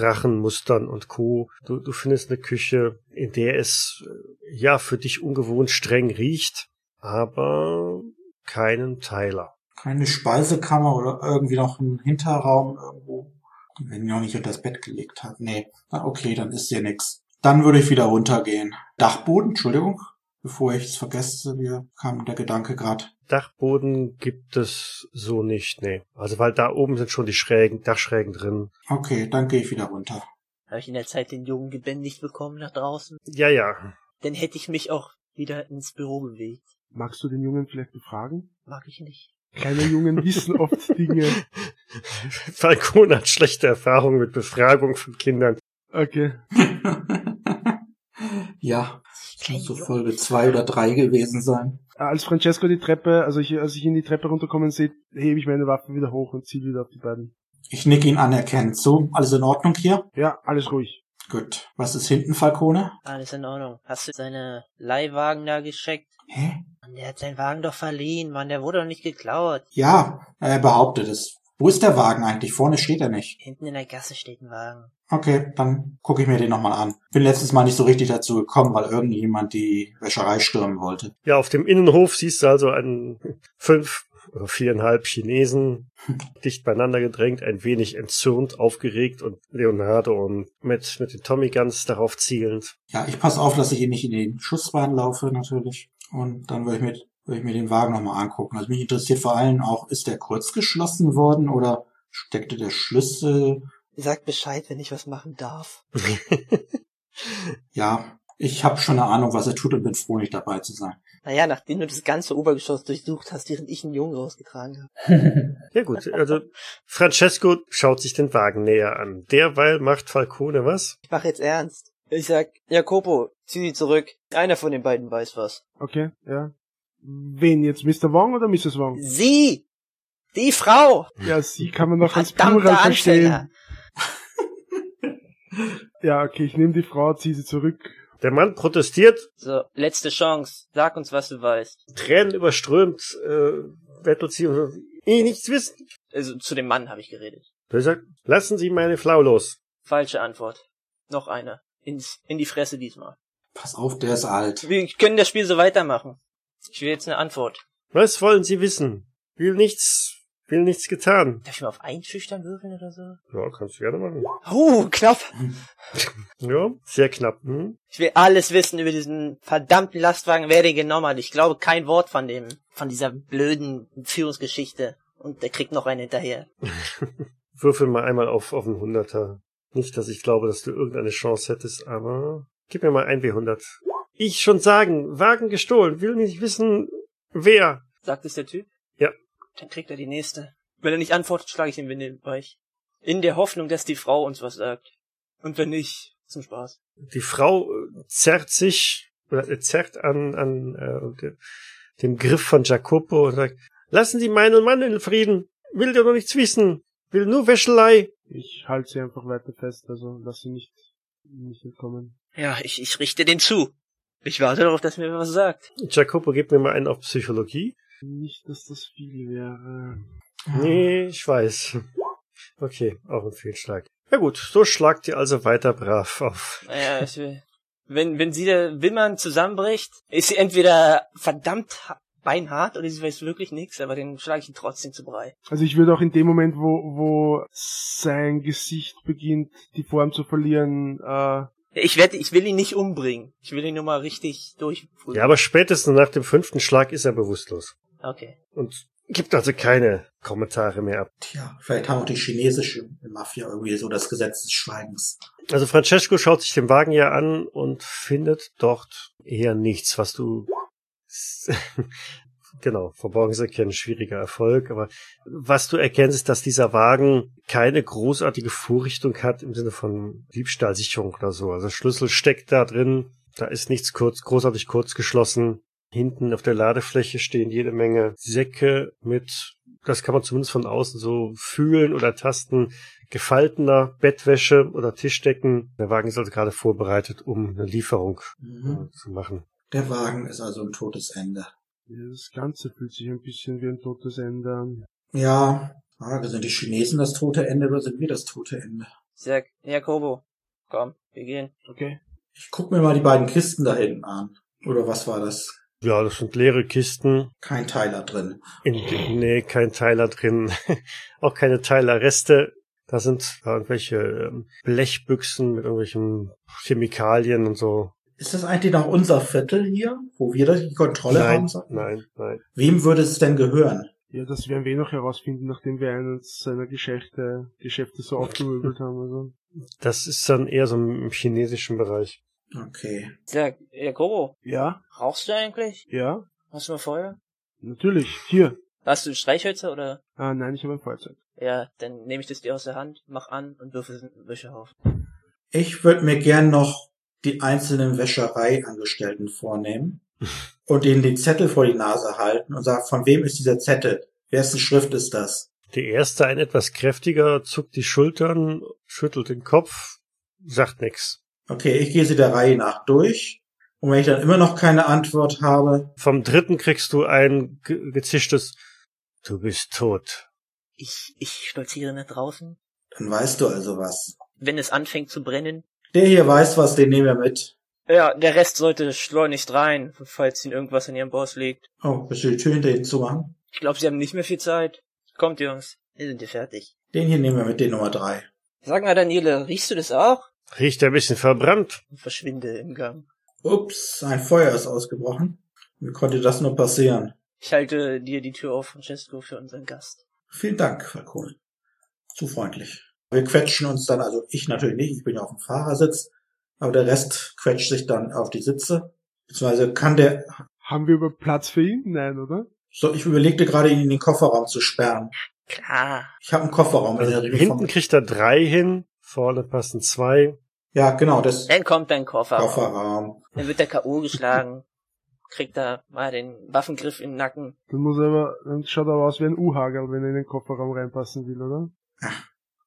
Drachenmustern und Co. Du, du findest eine Küche, in der es äh, ja für dich ungewohnt streng riecht, aber keinen Teiler.
Keine Speisekammer oder irgendwie noch einen Hinterraum irgendwo. Die werden ja auch nicht unter das Bett gelegt hat. Nee. Na, okay, dann ist hier nix. Dann würde ich wieder runtergehen. Dachboden, Entschuldigung. Bevor ich es vergesse, mir kam der Gedanke gerade.
Dachboden gibt es so nicht, nee. Also weil da oben sind schon die Schrägen, Dachschrägen drin.
Okay, dann gehe ich wieder runter. [LAUGHS]
Habe ich in der Zeit den Jungen gebändigt bekommen nach draußen?
Ja, ja,
Dann hätte ich mich auch wieder ins Büro bewegt.
Magst du den Jungen vielleicht befragen?
Mag ich nicht.
Kleine Jungen wissen oft Dinge.
Falcone hat schlechte Erfahrungen mit Befragung von Kindern.
Okay.
ja, das muss so Folge zwei oder drei gewesen sein.
Als Francesco die Treppe, also ich, als ich ihn die Treppe runterkommen sehe, hebe ich meine Waffe wieder hoch und ziel wieder auf die beiden.
Ich nicke ihn anerkennend. So, alles in Ordnung hier?
Ja, alles ruhig.
Gut. Was ist hinten, Falcone?
Alles in Ordnung. Hast du seine Leihwagen da gescheckt?
Hä?
Mann, der hat seinen Wagen doch verliehen, Mann. Der wurde doch nicht geklaut.
Ja, er behauptet es. Wo ist der Wagen eigentlich? Vorne steht er nicht.
Hinten in der Gasse steht ein Wagen.
Okay, dann gucke ich mir den nochmal an. Bin letztes Mal nicht so richtig dazu gekommen, weil irgendjemand die Wäscherei stürmen wollte.
Ja, auf dem Innenhof siehst du also einen fünf oder viereinhalb Chinesen dicht beieinander gedrängt, ein wenig entzürnt, aufgeregt und Leonardo und mit, mit den Tommy Guns darauf zielend. [LAUGHS]
Ja, ich passe auf, dass ich hier nicht in den Schussbahn laufe, natürlich. Und dann würde ich mir, würde ich mir den Wagen nochmal angucken. Also mich interessiert vor allem auch, ist der kurz geschlossen worden oder steckte der Schlüssel?
Sagt Bescheid, wenn ich was machen darf.
Ja, ich habe schon eine Ahnung, was er tut und bin froh, nicht dabei zu sein.
Naja, nachdem du das ganze Obergeschoss durchsucht hast, während ich einen Jungen rausgetragen habe.
Ja gut, also Francesco schaut sich den Wagen näher an. Derweil macht Falcone was?
Ich mache jetzt ernst. Ich sag, Jakobo, zieh sie zurück. Einer von den beiden weiß was.
Okay, ja. Wen jetzt? Mr. Wong oder Mrs. Wong?
Sie! Die Frau!
Ja, sie kann man noch als Plural
Verdammter Anfänger!
verstehen. [LAUGHS] Ja, okay, ich nehme die Frau, ziehe sie zurück.
Der Mann protestiert,
So, letzte Chance. Sag uns, was du weißt.
Tränen überströmt, äh, wettelt sie und sagt, ich nichts wissen.
Also, zu dem Mann habe ich geredet.
Er sagt, lassen Sie meine Flau los.
Falsche Antwort. Noch einer. Ins, in die Fresse diesmal.
Pass auf, der ist alt.
Wir können das Spiel so weitermachen. Ich will jetzt eine Antwort.
Was wollen Sie wissen? Will nichts, will nichts getan.
Darf ich mal auf einschüchtern würfeln oder so?
Ja, kannst du gerne machen.
Uh, knapp.
Ja, sehr knapp. Hm?
Ich will alles wissen über diesen verdammten Lastwagen, wer den genommen hat. Ich glaube kein Wort von dem, von dieser blöden Führungsgeschichte. Und der kriegt noch einen hinterher.
Würfel mal einmal auf, auf einen Hunderter. Nicht, dass ich glaube, dass du irgendeine Chance hättest, aber gib mir mal ein W100. Ich schon sagen, Wagen gestohlen, will nicht wissen, wer.
Sagt es der Typ?
Ja.
Dann kriegt er die nächste. Wenn er nicht antwortet, schlage ich ihm in den Weich. In der Hoffnung, dass die Frau uns was sagt. Und wenn nicht, zum Spaß.
Die Frau äh, zerrt sich, oder äh, zerrt an, an äh, de- den Griff von Jacopo und sagt, lassen Sie meinen Mann in Frieden, will der doch nichts wissen, will nur Wäschelei.
Ich halte sie einfach weiter fest, also lass sie nicht, nicht entkommen.
Ja, ich, ich richte den zu. Ich warte darauf, dass mir was sagt.
Jacopo, gib mir mal einen auf Psychologie.
Nicht, dass das viel wäre.
Nee, ich weiß. Okay, auch ein Fehlschlag. Ja gut, so schlagt ihr also weiter brav auf.
Naja, ich will. Wenn, wenn sie der Wimmern zusammenbricht, ist sie entweder verdammt ha- beinhart oder sie weiß wirklich nichts, aber den schlage ich ihn trotzdem zu Brei.
Also ich würde auch in dem Moment, wo, wo sein Gesicht beginnt, die Form zu verlieren, äh,
Ich werde, ich will ihn nicht umbringen. Ich will ihn nur mal richtig durchprüfen.
Ja, aber spätestens nach dem fünften Schlag ist er bewusstlos
Okay.
und gibt also keine Kommentare mehr ab.
Tja, vielleicht haben auch die chinesische Mafia irgendwie so das Gesetz des Schweigens.
Also Francesco schaut sich den Wagen ja an und findet dort eher nichts, was du... [LAUGHS] genau, verborgenes Erkennen, schwieriger Erfolg, aber was du erkennst, ist, dass dieser Wagen keine großartige Vorrichtung hat im Sinne von Diebstahlsicherung oder so. Also Schlüssel steckt da drin, da ist nichts kurz, großartig kurz geschlossen. Hinten auf der Ladefläche stehen jede Menge Säcke mit, das kann man zumindest von außen so fühlen oder tasten, gefaltener Bettwäsche oder Tischdecken. Der Wagen ist also gerade vorbereitet, um eine Lieferung
Mhm.
äh, zu machen.
Der Wagen ist also ein totes Ende.
das Ganze fühlt sich ein bisschen wie ein totes Ende an.
Ja, Frage, sind die Chinesen das tote Ende oder sind wir das tote Ende?
Ich sag, Jakobo, komm, wir gehen.
Okay.
Ich guck mir mal die beiden Kisten da hinten an. Oder was war das?
Ja, das sind leere Kisten.
Kein Teiler drin.
In, nee, kein Teiler drin. [LAUGHS] Auch keine Teilerreste. Da sind irgendwelche ähm, Blechbüchsen mit irgendwelchen Chemikalien und so.
Ist das eigentlich noch unser Viertel hier, wo wir die Kontrolle
nein,
haben? sollten?
nein, nein.
Wem würde es denn gehören?
Ja, das werden wir eh noch herausfinden, nachdem wir einen seiner Geschäfte, Geschäfte so aufgemöbelt haben. Also.
Das ist dann eher so im chinesischen Bereich.
Okay.
Ich sag, Jakobo,
Ja,
rauchst du eigentlich?
ja,
Hast du mal Feuer?
natürlich. Hier.
Hast du Streichhölzer oder?
Ah, nein, ich habe ein Feuerzeug.
Ja, dann nehme ich das dir aus der Hand, mach an und wirf es in den Wäschehauf.
Ich würde mir gern noch die einzelnen
[LAUGHS]
Wäschereiangestellten vornehmen und ihnen den Zettel vor die Nase halten und sagen, von wem ist dieser Zettel? Wessen Schrift ist das?
Der erste, ein etwas kräftiger, zuckt die Schultern, schüttelt den Kopf, sagt nix.
Okay, ich gehe sie der Reihe nach durch. Und wenn ich dann immer noch keine Antwort habe,
Vom dritten kriegst du ein ge gezischtes Du bist tot.
Ich, ich stolziere nach draußen.
Dann weißt du also was.
Wenn es anfängt zu brennen.
Der hier weiß was, den nehmen wir mit.
Ja, der Rest sollte schleunigst rein, falls ihnen irgendwas in ihrem Boss liegt.
Oh, willst du die Tür hinter ihm zumachen?
Ich glaube, sie haben nicht mehr viel Zeit. Kommt, Jungs. Wir sind hier fertig.
Den hier nehmen wir mit, den Nummer drei.
Sag mal, Daniele, riechst du das auch?
Riecht ein bisschen verbrannt.
Und verschwinde im Gang.
Ups, ein Feuer ist ausgebrochen. Wie konnte das nur passieren?
Ich halte dir die Tür auf, Francesco, für unseren Gast.
Vielen Dank, Falcone. Zu freundlich. Wir quetschen uns dann, also ich natürlich nicht, ich bin ja auf dem Fahrersitz, aber der Rest quetscht sich dann auf die Sitze. Beziehungsweise kann der,
Haben wir über Platz für ihn? Nein, oder?
so, ich überlegte gerade, ihn in den Kofferraum zu sperren.
Klar.
Ich habe einen Kofferraum in
Also
der
hinten
Uniform.
kriegt er drei hin, vorne passen zwei.
Ja, genau, das
Dann kommt dein Koffer.
Kofferraum.
Dann wird der K.O. geschlagen. Kriegt da mal den Waffengriff im Nacken.
Dann muss er aber, dann schaut er aber aus wie ein U-Hagel, wenn er in den Kofferraum reinpassen will, oder?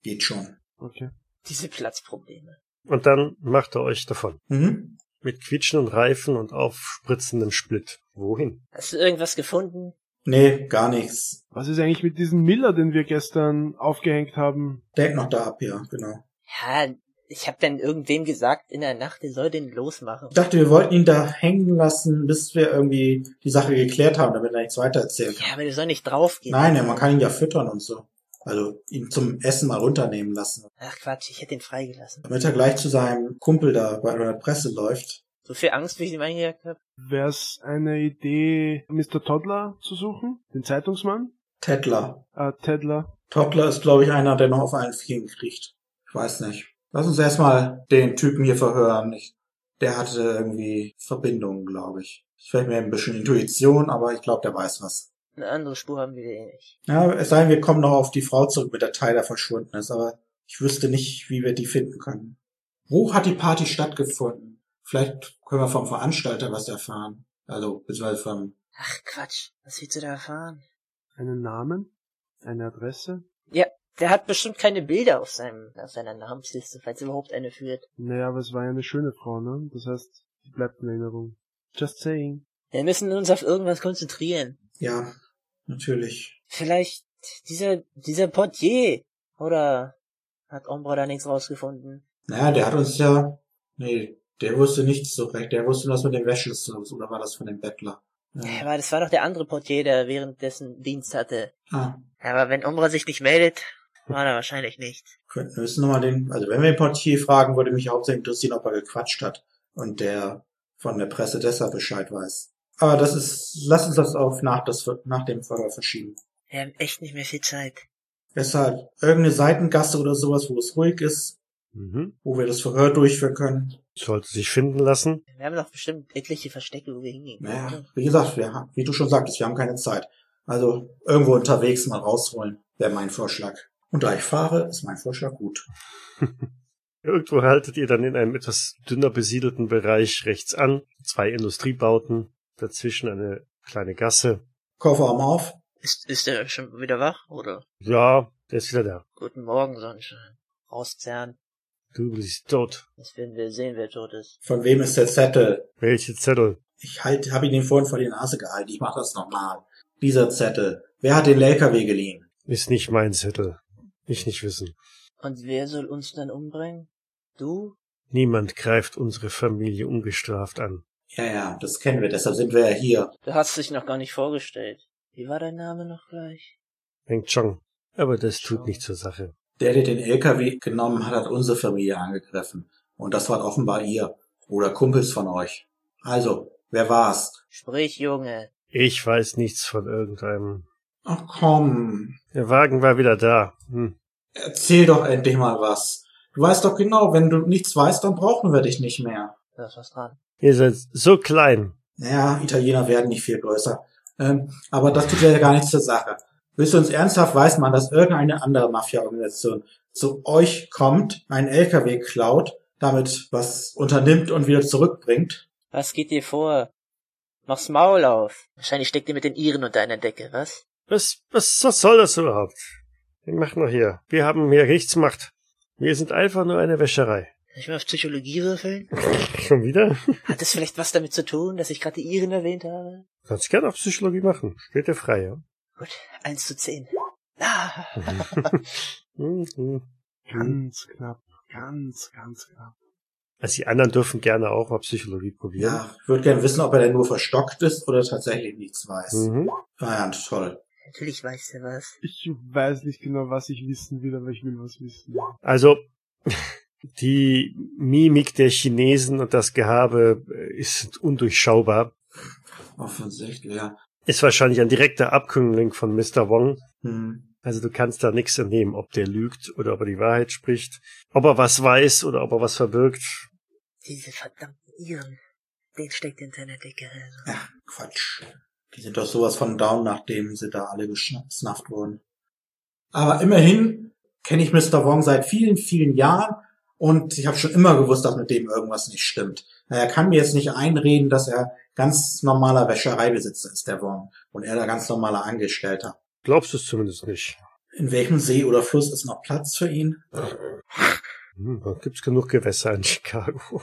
Geht schon.
Okay.
Diese Platzprobleme.
Und dann macht er euch davon.
Mhm.
Mit quietschenden Reifen und aufspritzendem Split. Wohin?
Hast du irgendwas gefunden?
Nee, gar nichts.
Was ist eigentlich mit diesem Miller, den wir gestern aufgehängt haben?
Denk noch da ab, ja, genau.
Ja, ich hab dann irgendwem gesagt in der Nacht, der soll den losmachen.
Ich dachte, wir wollten ihn da hängen lassen, bis wir irgendwie die Sache geklärt haben, damit er nichts weiter erzählen kann.
Ja, aber der soll nicht draufgehen.
Nein, ja, man kann ihn ja füttern und so. Also ihn zum Essen mal runternehmen lassen.
Ach Quatsch, ich hätte ihn freigelassen.
Damit er gleich zu seinem Kumpel da bei der Presse läuft.
So viel Angst, wie ich ihm eingejagt habe.
Wär's eine Idee, Mr. Toddler zu suchen? Den Zeitungsmann?
Tedler.
Äh, Tedler.
Toddler ist, glaube ich, einer, der noch auf allen Vieren kriegt. Ich weiß nicht. Lass uns erstmal den Typen hier verhören. Ich, der hatte irgendwie Verbindungen, glaube ich. Ich fällt mir ein bisschen Intuition, aber ich glaube, der weiß was.
Eine andere Spur haben wir eh nicht.
Ja, es sei denn, wir kommen noch auf die Frau zurück, mit der Tyler verschwunden ist, aber ich wüsste nicht, wie wir die finden können. Wo hat die Party stattgefunden? Vielleicht können wir vom Veranstalter was erfahren. Also, beziehungsweise vom
Ach Quatsch, was willst du da erfahren?
Einen Namen? Eine Adresse?
Der hat bestimmt keine Bilder auf seinem, auf seiner Namensliste, falls überhaupt eine führt.
Naja, aber es war ja eine schöne Frau, ne? Das heißt, die bleibt in Erinnerung. Just saying.
Wir müssen uns auf irgendwas konzentrieren.
Ja, natürlich.
Vielleicht dieser, dieser Portier. Oder hat Ombra da nichts rausgefunden?
Naja, der hat uns ja. Nee, der wusste nichts so recht. Der wusste nur das mit dem Wäscheschluss oder war das von dem Bettler? Ja.
Aber das war doch der andere Portier, der währenddessen Dienst hatte.
Ah,
Aber wenn Ombra sich nicht meldet, war er wahrscheinlich nicht.
könnten wir müssen nochmal den. Also wenn wir den Portier fragen, würde mich hauptsächlich interessieren, ob er gequatscht hat und der von der Presse deshalb Bescheid weiß. Aber das ist. Lass uns das auf nach, das, nach dem Förder verschieben.
Wir haben echt nicht mehr viel Zeit.
Deshalb irgendeine Seitengasse oder sowas, wo es ruhig ist,
Mhm.
wo wir das Verhör durchführen können.
Sollte sich finden lassen.
Wir haben doch bestimmt etliche Verstecke, wo wir hingehen können.
Naja,
oder?
wie gesagt, wir, ha- wie du schon sagtest, wir haben keine Zeit. Also irgendwo unterwegs mal rausholen, wäre mein Vorschlag. Und da ich fahre, ist mein Vorschlag gut.
Irgendwo haltet ihr dann in einem etwas dünner besiedelten Bereich rechts an. Zwei Industriebauten, dazwischen eine kleine Gasse.
Kofferraum auf.
Ist, ist er schon wieder wach, oder?
Ja, der ist wieder da.
Guten Morgen, Sonnenschein. Rauszerren.
Du bist tot.
Das werden wir sehen, wer tot ist.
Von wem ist der Zettel?
Welche Zettel?
Ich halt, habe ihn den vorhin vor die Nase gehalten. Ich mache das nochmal. Dieser Zettel. Wer hat den LKW geliehen?
Ist nicht mein Zettel. Ich nicht wissen.
Und wer soll uns dann umbringen? Du?
Niemand greift unsere Familie ungestraft an.
Ja, ja, das kennen wir. Deshalb sind wir ja hier.
Du hast dich noch gar nicht vorgestellt. Wie war dein Name noch gleich?
Weng Chong. Aber das tut
Chong.
nicht zur Sache.
Der, der den LKW genommen hat, hat unsere Familie angegriffen. Und das waren offenbar ihr. Oder Kumpels von euch. Also, wer war's?
Sprich, Junge.
Ich weiß nichts von irgendeinem.
Ach komm,
Der Wagen war wieder da. Hm.
Erzähl doch endlich mal was. Du weißt doch genau, wenn du nichts weißt, dann brauchen wir dich nicht mehr.
Da ist was dran.
Ihr seid so klein.
Naja, Italiener werden nicht viel größer. Ähm, aber das tut ja gar nichts zur Sache. Willst du uns ernsthaft weiß man, dass irgendeine andere Mafia-Organisation zu euch kommt, einen LKW klaut, damit was unternimmt und wieder zurückbringt?
Was geht dir vor? Mach's Maul auf. Wahrscheinlich steckt ihr mit den Iren unter einer Decke, was?
Was, was, was soll das überhaupt? Wir machen noch hier. Wir haben hier Rechtsmacht. Wir sind einfach nur eine Wäscherei. [LAUGHS]
Soll ich mal auf Psychologie [LAUGHS] würfeln?
Schon wieder?
Hat das vielleicht was damit zu tun, dass ich gerade die Iren erwähnt habe?
[LAUGHS] Kannst gerne auf Psychologie machen. Steht dir frei, ja?
Gut, 1 zu 10.
Ah,
Mhm,
Ganz knapp, ganz, ganz knapp.
Also die anderen dürfen gerne auch mal Psychologie probieren.
Ja, ich würde gerne wissen, ob er denn nur verstockt ist oder tatsächlich nichts weiß.
Mhm.
Ah ja, toll.
natürlich weiß er was.
Ich weiß nicht genau, was ich wissen will, aber ich will was wissen.
Also [LAUGHS] die Mimik der Chinesen und das Gehabe äh, ist undurchschaubar.
Offensichtlich, ja.
Ist wahrscheinlich ein direkter Abkömmling von Mr. Wong.
Hm.
Also du kannst da nichts entnehmen, ob der lügt oder ob er die Wahrheit spricht, ob er was weiß oder ob er was verbirgt.
Diese verdammten Iren. Den steckt hinter einer Decke. Also.
Ach, Quatsch. Die sind doch sowas von down, nachdem sie da alle geschnappt wurden. Aber immerhin kenne ich Mr. Wong seit vielen, vielen Jahren und ich habe schon immer gewusst, dass mit dem irgendwas nicht stimmt. Er kann mir jetzt nicht einreden, dass er ganz normaler Wäschereibesitzer ist, der Wong, und er da ganz normaler Angestellter.
Glaubst du es zumindest nicht.
In welchem See oder Fluss ist noch Platz für ihn?
Hm, da gibt's genug Gewässer in [LAUGHS] Chicago.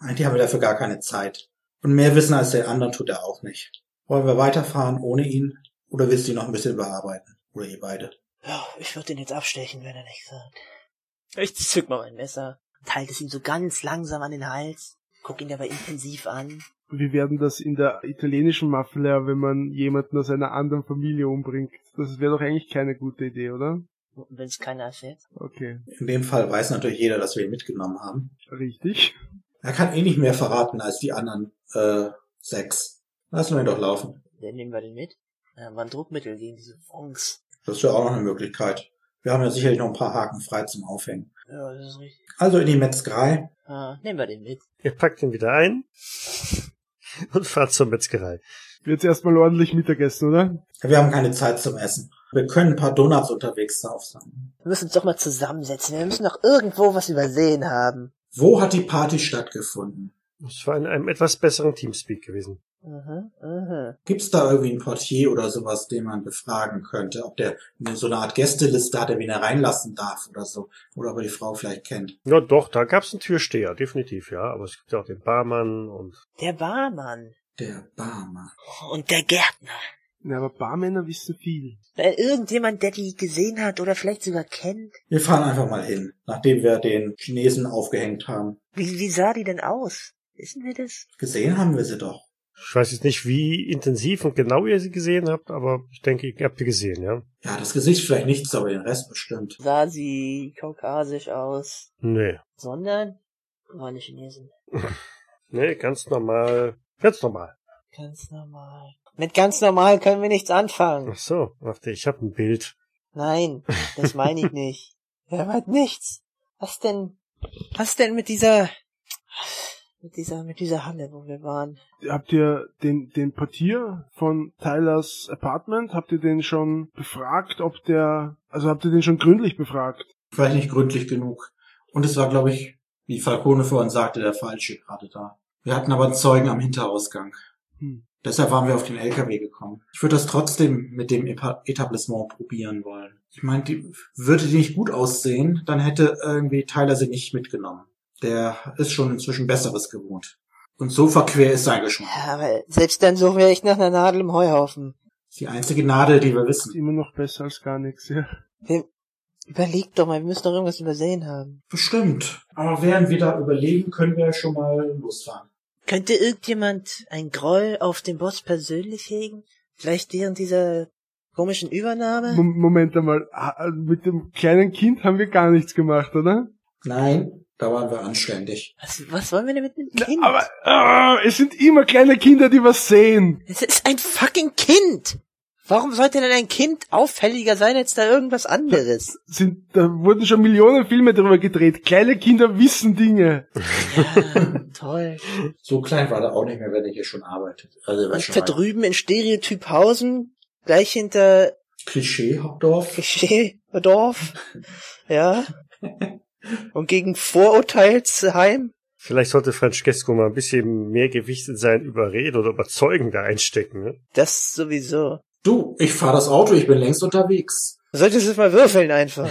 Eigentlich haben wir dafür gar keine Zeit. Und mehr wissen als der anderen tut er auch nicht. Wollen wir weiterfahren ohne ihn? Oder willst du ihn noch ein bisschen bearbeiten? Oder ihr beide?
Ja, ich würde ihn jetzt abstechen, wenn er nichts sagt.
Ich zück mal mein Messer.
Teilt es ihm so ganz langsam an den Hals, guck ihn dabei intensiv an.
Wir werden das in der italienischen Mafia, wenn man jemanden aus einer anderen Familie umbringt. Das wäre doch eigentlich keine gute Idee, oder?
Wenn es keiner erfährt.
Okay,
In dem Fall weiß natürlich jeder, dass wir ihn mitgenommen haben.
richtig.
Er kann eh nicht mehr verraten als die anderen äh, sechs. Lassen wir ihn doch laufen.
Dann nehmen wir den mit. Äh, war ein Druckmittel gegen diese Fonds.
Das ist ja auch noch eine Möglichkeit. Wir haben ja sicherlich noch ein paar Haken frei zum Aufhängen.
Ja, das ist richtig.
Also in die Metzgerei.
Ah, nehmen wir den mit.
Ihr packt ihn wieder ein [LAUGHS] und fahrt zur Metzgerei.
Jetzt erstmal ordentlich Mittagessen, oder?
Wir haben keine Zeit zum Essen. Wir können ein paar Donuts unterwegs aufsammeln.
Wir müssen uns doch mal zusammensetzen. Wir müssen doch irgendwo was übersehen haben.
Wo hat die Party stattgefunden?
Es war in einem etwas besseren Teamspeak gewesen.
Mhm, mhm.
Gibt's da irgendwie einen Portier oder sowas, den man befragen könnte? Ob der eine- so eine Art Gästeliste hat, der wen er reinlassen darf oder so? Oder ob er die Frau vielleicht kennt?
Na doch, da gab's einen Türsteher, definitiv, ja. Aber es gibt ja auch den Barmann und
Der Barmann
Der Barmann.
und der Gärtner.
Na, aber Barmänner wissen viel.
Äh, Irgendjemand, der die gesehen hat oder vielleicht sogar kennt.
Wir fahren einfach mal hin, nachdem wir den Chinesen aufgehängt haben.
Wie, wie sah die denn aus? Wissen wir das?
Gesehen haben wir sie doch.
ich weiß jetzt nicht, wie intensiv und genau ihr sie gesehen habt, aber ich denke, ihr habt sie gesehen, ja.
Ja, das Gesicht vielleicht nichts, aber den Rest bestimmt.
Sah sie kaukasisch aus,
Nee.
sondern war eine Chinesin.
Nee, ganz normal. Ganz normal.
Ganz normal. Mit ganz normal können wir nichts anfangen.
Ach so, dachte ich, habe ein Bild.
Nein, das meine ich nicht. Wir haben halt nichts. Was denn, was denn mit dieser, mit dieser, mit dieser Halle, wo wir waren?
Habt ihr den, den Portier von Tylers Apartment, habt ihr den schon befragt, ob der, also habt ihr den schon gründlich befragt?
Vielleicht nicht gründlich genug. Und es war, glaube ich, wie Falcone vorhin sagte, der Falsche gerade da. Wir hatten aber einen Zeugen am Hinterausgang.
Hm.
Deshalb waren wir auf den LKW gekommen. Ich würde das trotzdem mit dem Epa- Etablissement probieren wollen. Ich meine, die, würde die nicht gut aussehen, dann hätte irgendwie Tyler sie nicht mitgenommen. Der ist schon inzwischen Besseres gewohnt. Und so verquer ist sein Geschmack.
Ja, aber selbst dann suchen wir echt nach einer Nadel im Heuhaufen.
Ist die einzige Nadel, die wir
Ist
wissen.
immer noch besser als gar nichts, ja.
Wir, überleg doch mal, wir müssen doch irgendwas übersehen haben.
Bestimmt. Aber während wir da überlegen, können wir ja schon mal losfahren.
Könnte irgendjemand ein Groll auf den Boss persönlich hegen? Vielleicht während dieser komischen Übernahme?
Mom- Moment einmal, ha- mit dem kleinen Kind haben wir gar nichts gemacht, oder?
Nein, da waren wir anständig.
Was, was wollen wir denn mit einem Kind?
Aber ah, es sind immer kleine Kinder, die was sehen.
Es ist ein fucking Kind! Warum sollte denn ein Kind auffälliger sein als da irgendwas anderes?
Sind, da wurden schon Millionen Filme darüber gedreht. Kleine Kinder wissen Dinge.
Ja, toll.
So klein war der auch nicht mehr, wenn er hier schon arbeitet. Also er war
Und
schon
da
ein
drüben in Stereotyphausen, gleich hinter
Klischee-Dorf.
[LAUGHS] Dorf, ja. Und gegen Vorurteilsheim.
Vielleicht sollte Francesco mal ein bisschen mehr Gewicht in sein Überreden oder Überzeugen da einstecken, ne?
Das sowieso.
Du, ich fahre das Auto, ich bin längst unterwegs.
Du solltest es mal würfeln einfach.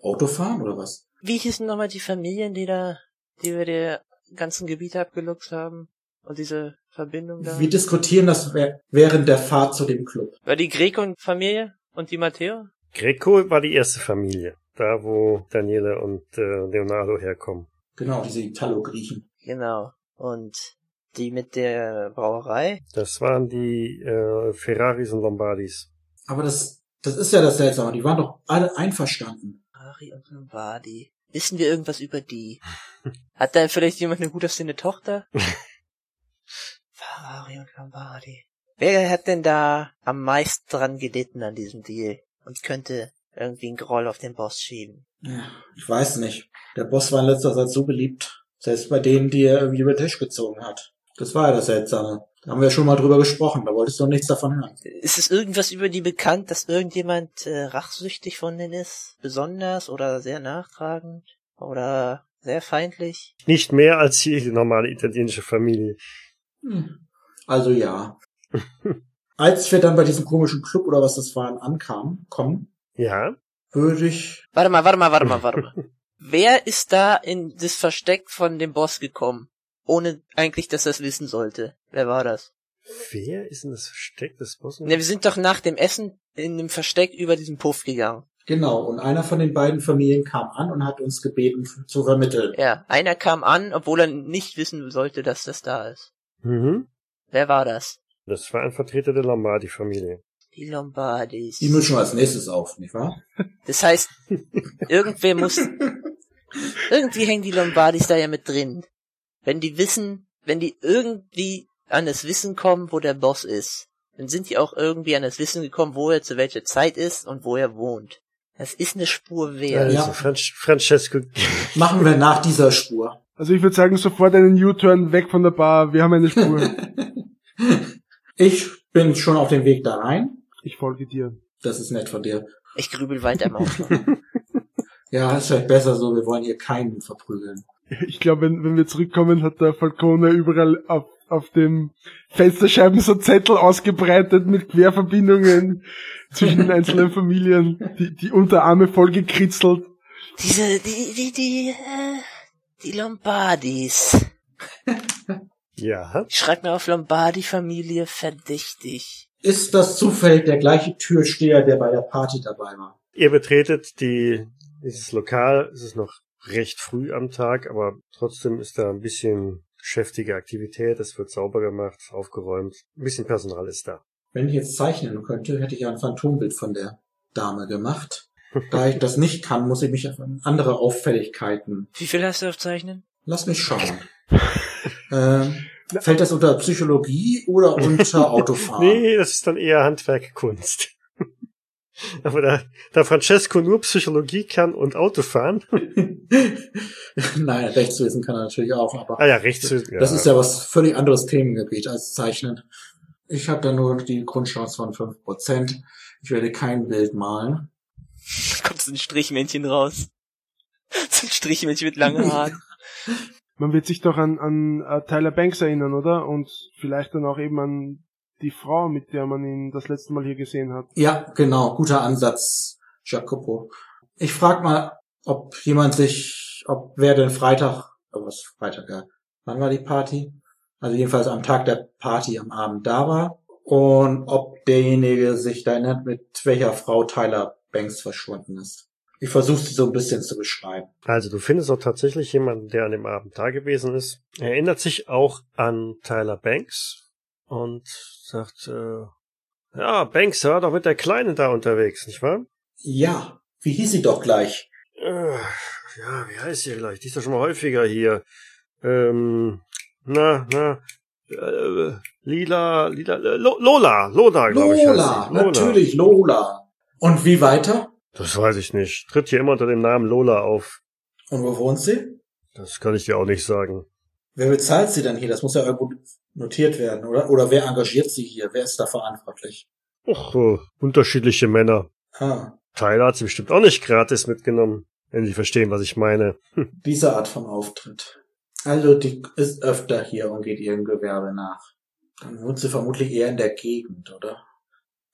Auto fahren oder was?
Wie hießen nochmal die Familien, die da, die wir der ganzen Gebiete abgeluchst haben? Und diese Verbindung da?
Wir diskutieren das wär- während der Fahrt zu dem Club.
War die Grekon-Familie?
Und die Matteo?
Greco war die erste Familie, da wo Daniele und äh, Leonardo herkommen.
Genau, diese Italo-Griechen.
Genau. Und die mit der Brauerei?
Das waren die äh, Ferraris und Lombardis.
Aber das, das ist ja das Seltsame. Die waren doch alle einverstanden.
Ari und Lombardi. Wissen wir
Irgendwas über die. Hat da vielleicht jemand eine gut aussehende Tochter?
Ferrari und Lombardi. Wer hat denn da am meisten dran gelitten an diesem Deal und könnte irgendwie einen Groll auf den Boss schieben?
Ja, Ich weiß nicht. Der Boss war in letzter Zeit so beliebt. Selbst bei denen, die er irgendwie über den Tisch gezogen hat. Das war ja das Seltsame. Da haben wir ja schon mal drüber gesprochen. Da wolltest du noch nichts davon hören.
Ist es irgendwas über die bekannt, dass irgendjemand äh, rachsüchtig von denen ist? Besonders oder sehr nachtragend? Oder sehr feindlich?
Nicht mehr als jede normale italienische Familie.
Hm. Also ja. Als wir dann bei diesem komischen Club oder was das war ankamen, kommen,
Ja,
würde ich.
Warte mal, warte mal, warte mal, warte mal. Wer ist da in das Versteck von dem Boss gekommen? Ohne eigentlich, dass er es wissen sollte. Wer war das?
wer ist denn das Versteck des Bossen?
Ne, wir sind doch nach dem Essen in dem Versteck über diesen Puff gegangen.
Genau, und einer von den beiden Familien kam an und hat uns gebeten f- zu vermitteln.
Ja, einer kam an, obwohl er nicht wissen sollte, dass das da ist.
Mhm.
Wer war das?
Das war ein Vertreter der Lombardi-Familie.
Die Lombardis.
Die mischen wir als nächstes auf, nicht wahr?
Das heißt,
Irgendwer muss. irgendwie hängen die Lombardis da ja mit drin.
wenn die wissen, wenn die irgendwie an das Wissen kommen, wo der Boss ist, dann sind die auch irgendwie an das Wissen gekommen, wo er zu welcher Zeit ist und wo er wohnt.
Das ist eine Spur wert.
Also
Ja.
Fran
[LAUGHS]
Francesco
Machen wir nach dieser Spur.
Also ich würde sagen, sofort einen U-Turn weg von der Bar. Wir haben eine Spur.
Ich bin schon auf dem Weg da rein.
ich folge dir.
Das ist nett von dir.
Ich grübel weiter im Auto.
Ja, ist vielleicht besser so. Wir wollen hier keinen verprügeln.
Ich glaube, wenn, wenn wir zurückkommen, hat der Falcone überall auf, auf dem Fensterscheiben so Zettel ausgebreitet mit Querverbindungen zwischen den einzelnen Familien, die, die Unterarme voll gekritzelt.
Diese, die, die, die, äh, die Lombardis.
Ja,
Ich schreib mir auf Lombardi-Familie verdächtig.
Ist das zufällig der gleiche Türsteher, der bei der Party dabei war?
ihr betretet die, dieses Lokal. Es ist noch recht früh am Tag, aber trotzdem ist da ein bisschen geschäftige Aktivität. Es wird sauber gemacht, aufgeräumt. Ein bisschen Personal ist da.
Wenn ich jetzt zeichnen könnte, hätte ich ein Phantombild von der Dame gemacht. Da ich das nicht kann, muss ich mich auf andere Auffälligkeiten.
Wie viel hast du auf Zeichnen?
Lass mich schauen. ähm, fällt das unter Psychologie oder unter Autofahren?
Nee, das ist dann eher Handwerkkunst. [LAUGHS] Aber da, da Francesco nur Psychologie kann und Autofahren,
[LAUGHS] Nein, Rechtswesen kann er natürlich auch, aber
ah ja, rechts.
das ist ja was völlig anderes Themengebiet als Zeichnen. Ich habe da nur die Grundchance von 5%. Ich werde kein Bild malen.
Kommt so ein Strichmännchen raus. [LAUGHS] So ein Strichmännchen
[LAUGHS]
mit langen Haaren.
Man wird sich doch an, an äh, Tyler Banks erinnern, oder? Und vielleicht dann auch eben an die Frau, mit der man ihn das letzte Mal hier gesehen hat.
Ja, genau, guter Ansatz, Jacopo. Ich frag mal, ob jemand sich, ob wer denn Freitag, oh, was Freitag, ja. Wann war die Party? Also jedenfalls am Tag der Party am Abend da war. Und ob derjenige sich da erinnert, mit welcher Frau Tyler Banks verschwunden ist. Ich versuche sie so ein bisschen zu beschreiben.
Also du findest auch tatsächlich jemanden, der an dem Abend da gewesen ist. Er erinnert sich auch an Tyler Banks und sagt, äh, ja, Banks war doch mit der Kleinen da unterwegs, nicht wahr?
Ja, wie hieß sie doch gleich?
Äh, ja, wie heißt sie gleich? Die ist doch schon mal häufiger hier. Ähm, na, na, äh, Lila, Lila, äh, Lo- Lola, Lola, glaube ich. heißt
Lola,
sie.
natürlich Lola. Und wie weiter?
Das weiß ich nicht. Tritt hier immer unter dem Namen Lola auf.
Und wo wohnt sie?
Das kann ich dir auch nicht sagen.
Wer bezahlt sie denn hier? Das muss ja irgendwo notiert werden, oder? Oder wer engagiert sie hier? Wer ist da verantwortlich?
Och, so unterschiedliche Männer.
Ah,
Tyler hat sie bestimmt auch nicht gratis mitgenommen, wenn Sie verstehen, was ich meine.
diese Art von Auftritt. Also, die ist öfter hier und geht ihrem Gewerbe nach. Dann wohnt sie vermutlich eher in der Gegend, oder?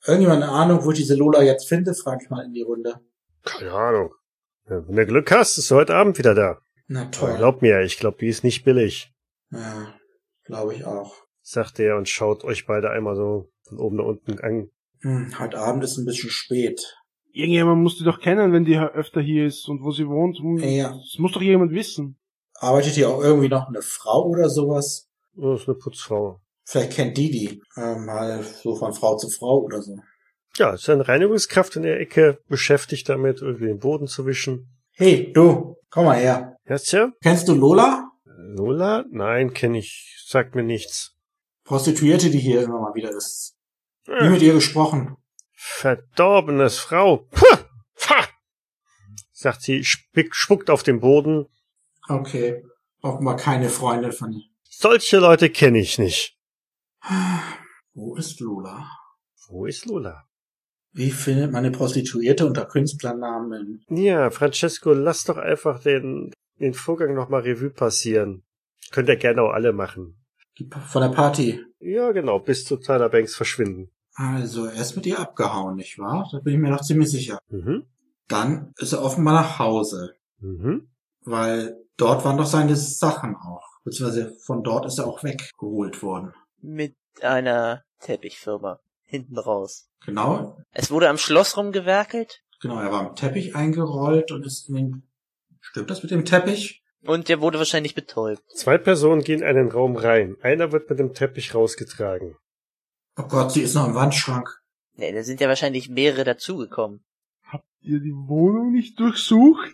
Irgendjemand eine Ahnung, wo ich diese Lola jetzt finde, frage ich mal in die Runde.
Keine Ahnung. Ja, Wenn du Glück hast, ist sie heute Abend wieder da.
Na
Aber
toll.
glaub mir, ich glaube, die ist nicht billig,
Ja, glaube ich auch.
sagt er und schaut euch beide einmal so von oben nach unten an.
Hm, heute Abend ist ein bisschen spät.
Irgendjemand muss die doch kennen, wenn die öfter hier ist und wo sie wohnt. Hm,
Ja.
Das muss doch jemand wissen.
Arbeitet hier auch irgendwie noch eine Frau oder sowas?
Das Oh, ist eine Putzfrau.
Vielleicht kennt die die. Äh, mal so von Frau zu Frau oder so.
Ja, ist eine Reinigungskraft in der Ecke, beschäftigt damit, irgendwie den Boden zu wischen.
Hey, du, komm mal her.
Herzchen?
Kennst du Lola?
Lola? Nein, kenne ich. Sagt mir nichts.
Prostituierte, die hier immer mal wieder ist. Nie mit ihr gesprochen.
Verdorbenes Frau. Puh! Pah! Sagt sie, spick, spuckt auf den Boden.
Okay. Offenbar keine Freundin von ihr.
Solche Leute kenne ich nicht.
Wo ist Lola?
Wo ist Lola?
Wie findet man eine Prostituierte unter Künstlernamen?
Ja, Francesco, lass doch einfach den, den Vorgang nochmal Revue passieren. Könnt ihr gerne auch alle machen.
Die Pa- Von der Party.
Ja, genau, bis zu Tyler Banks verschwinden.
Also, er ist mit ihr abgehauen, nicht wahr? Da bin ich mir noch ziemlich sicher.
Mhm.
Dann ist er offenbar nach Hause,
Mhm.
weil dort waren doch seine Sachen auch. Beziehungsweise von dort ist er auch weggeholt worden.
Mit einer Teppichfirma. Hinten raus.
Genau,
Es wurde am Schloss rumgewerkelt
genau, er war im Teppich eingerollt und ist in den... Stimmt das mit dem Teppich?
und der wurde wahrscheinlich betäubt.
Zwei Personen gehen in einen Raum rein. Einer wird mit dem Teppich rausgetragen.
Oh Gott, sie ist noch im Wandschrank.
Ne, da sind ja wahrscheinlich mehrere dazugekommen.
Habt ihr die Wohnung nicht durchsucht?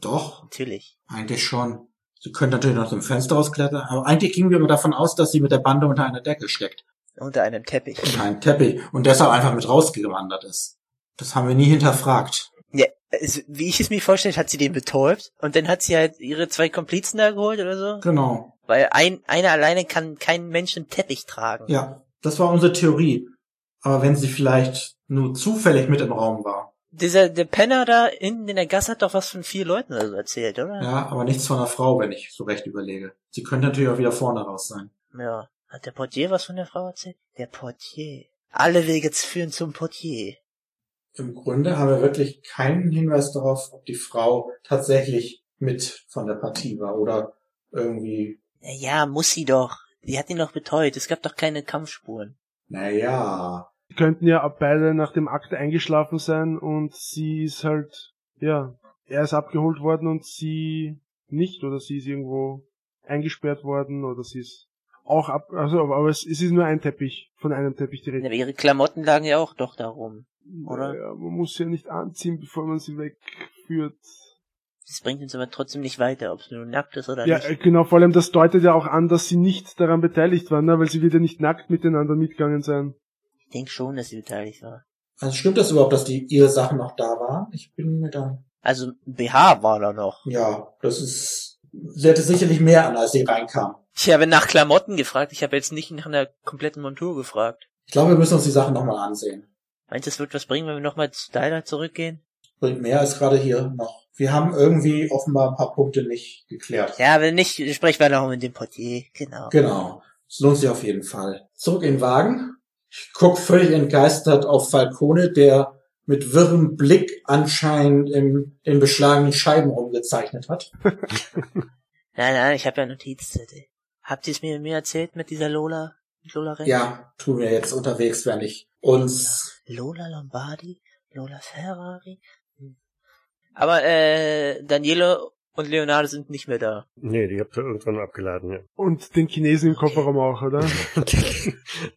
Doch,
Natürlich.
eigentlich schon. Sie könnte natürlich noch zum Fenster rausklettern, aber eigentlich gingen wir immer davon aus, dass sie mit der Bande unter einer Decke steckt.
Unter einem Teppich.
in einen Teppich und deshalb einfach mit rausgewandert ist. Das haben wir nie hinterfragt.
Ja, also, wie ich es mir vorstelle, hat sie den betäubt und dann hat sie halt ihre zwei Komplizen da geholt oder so.
Genau.
Weil ein, einer alleine kann keinen Menschen Teppich tragen.
Ja, das war unsere Theorie. Aber wenn sie vielleicht nur zufällig mit im Raum war.
Dieser, der Penner da hinten in der Gasse hat doch was von vier Leuten oder so erzählt, oder?
Ja, aber nichts von einer Frau, wenn ich so recht überlege. Sie könnte natürlich auch wieder vorne raus sein.
Ja. Hat der Portier was von der Frau erzählt? Der Portier. Alle Wege führen zum Portier.
Im Grunde haben wir wirklich keinen Hinweis darauf, ob die Frau tatsächlich mit von der Partie war oder irgendwie,
Naja, muss sie doch. Die hat ihn doch betäubt. Es gab doch keine Kampfspuren.
naja,
Die könnten ja beide nach dem Akt eingeschlafen sein und sie ist halt, ja, er ist abgeholt worden und sie nicht oder sie ist irgendwo eingesperrt worden oder sie ist auch ab, also, aber es, es ist nur ein Teppich, von einem Teppich die Rede.
Aber ihre Klamotten lagen ja auch doch da rum. oder?
Naja, man muss sie ja nicht anziehen, bevor man sie wegführt.
Das bringt uns aber trotzdem nicht weiter, ob es nun nackt ist oder
Ja,
nicht.
äh, genau, vor allem das deutet ja auch an, dass sie nicht daran beteiligt waren, ne? weil sie wird ja nicht nackt miteinander mitgegangen sein.
Ich denke schon, dass sie beteiligt war.
Also stimmt das überhaupt, dass die ihre Sachen noch da waren? Ich bin mir da
Also ein BH war da noch.
Ja, das ist. Sie hatte sicherlich mehr an, als sie reinkam.
Ich habe nach Klamotten gefragt, ich habe jetzt nicht nach einer kompletten Montur gefragt.
Ich glaube, wir müssen uns die Sachen nochmal ansehen. Meinst
Meinst du, es wird was bringen, wenn wir nochmal zu Tyler zurückgehen?
Bringt mehr als gerade hier noch. Wir haben irgendwie offenbar ein paar Punkte nicht geklärt.
Ja, wenn nicht, sprechen wir noch mit dem Portier. Genau.
Genau. Es lohnt sich auf jeden Fall. Zurück in den Wagen. Ich guck völlig entgeistert auf Falcone, der mit wirrem Blick anscheinend im, in beschlagenen Scheiben rumgezeichnet hat.
Nein, nein, ich habe ja Notizzettel. Habt ihr es mir, mir erzählt mit dieser Lola? mit Lola Renn?
Ja, tun wir jetzt unterwegs, wenn ich uns.
Lola Lombardi? Lola Ferrari? Hm. Aber äh, Daniele und Leonardo sind nicht mehr da.
Nee, die habt ihr irgendwann abgeladen, ja. [LAUGHS]
Und den Chinesen im Kofferraum auch, oder?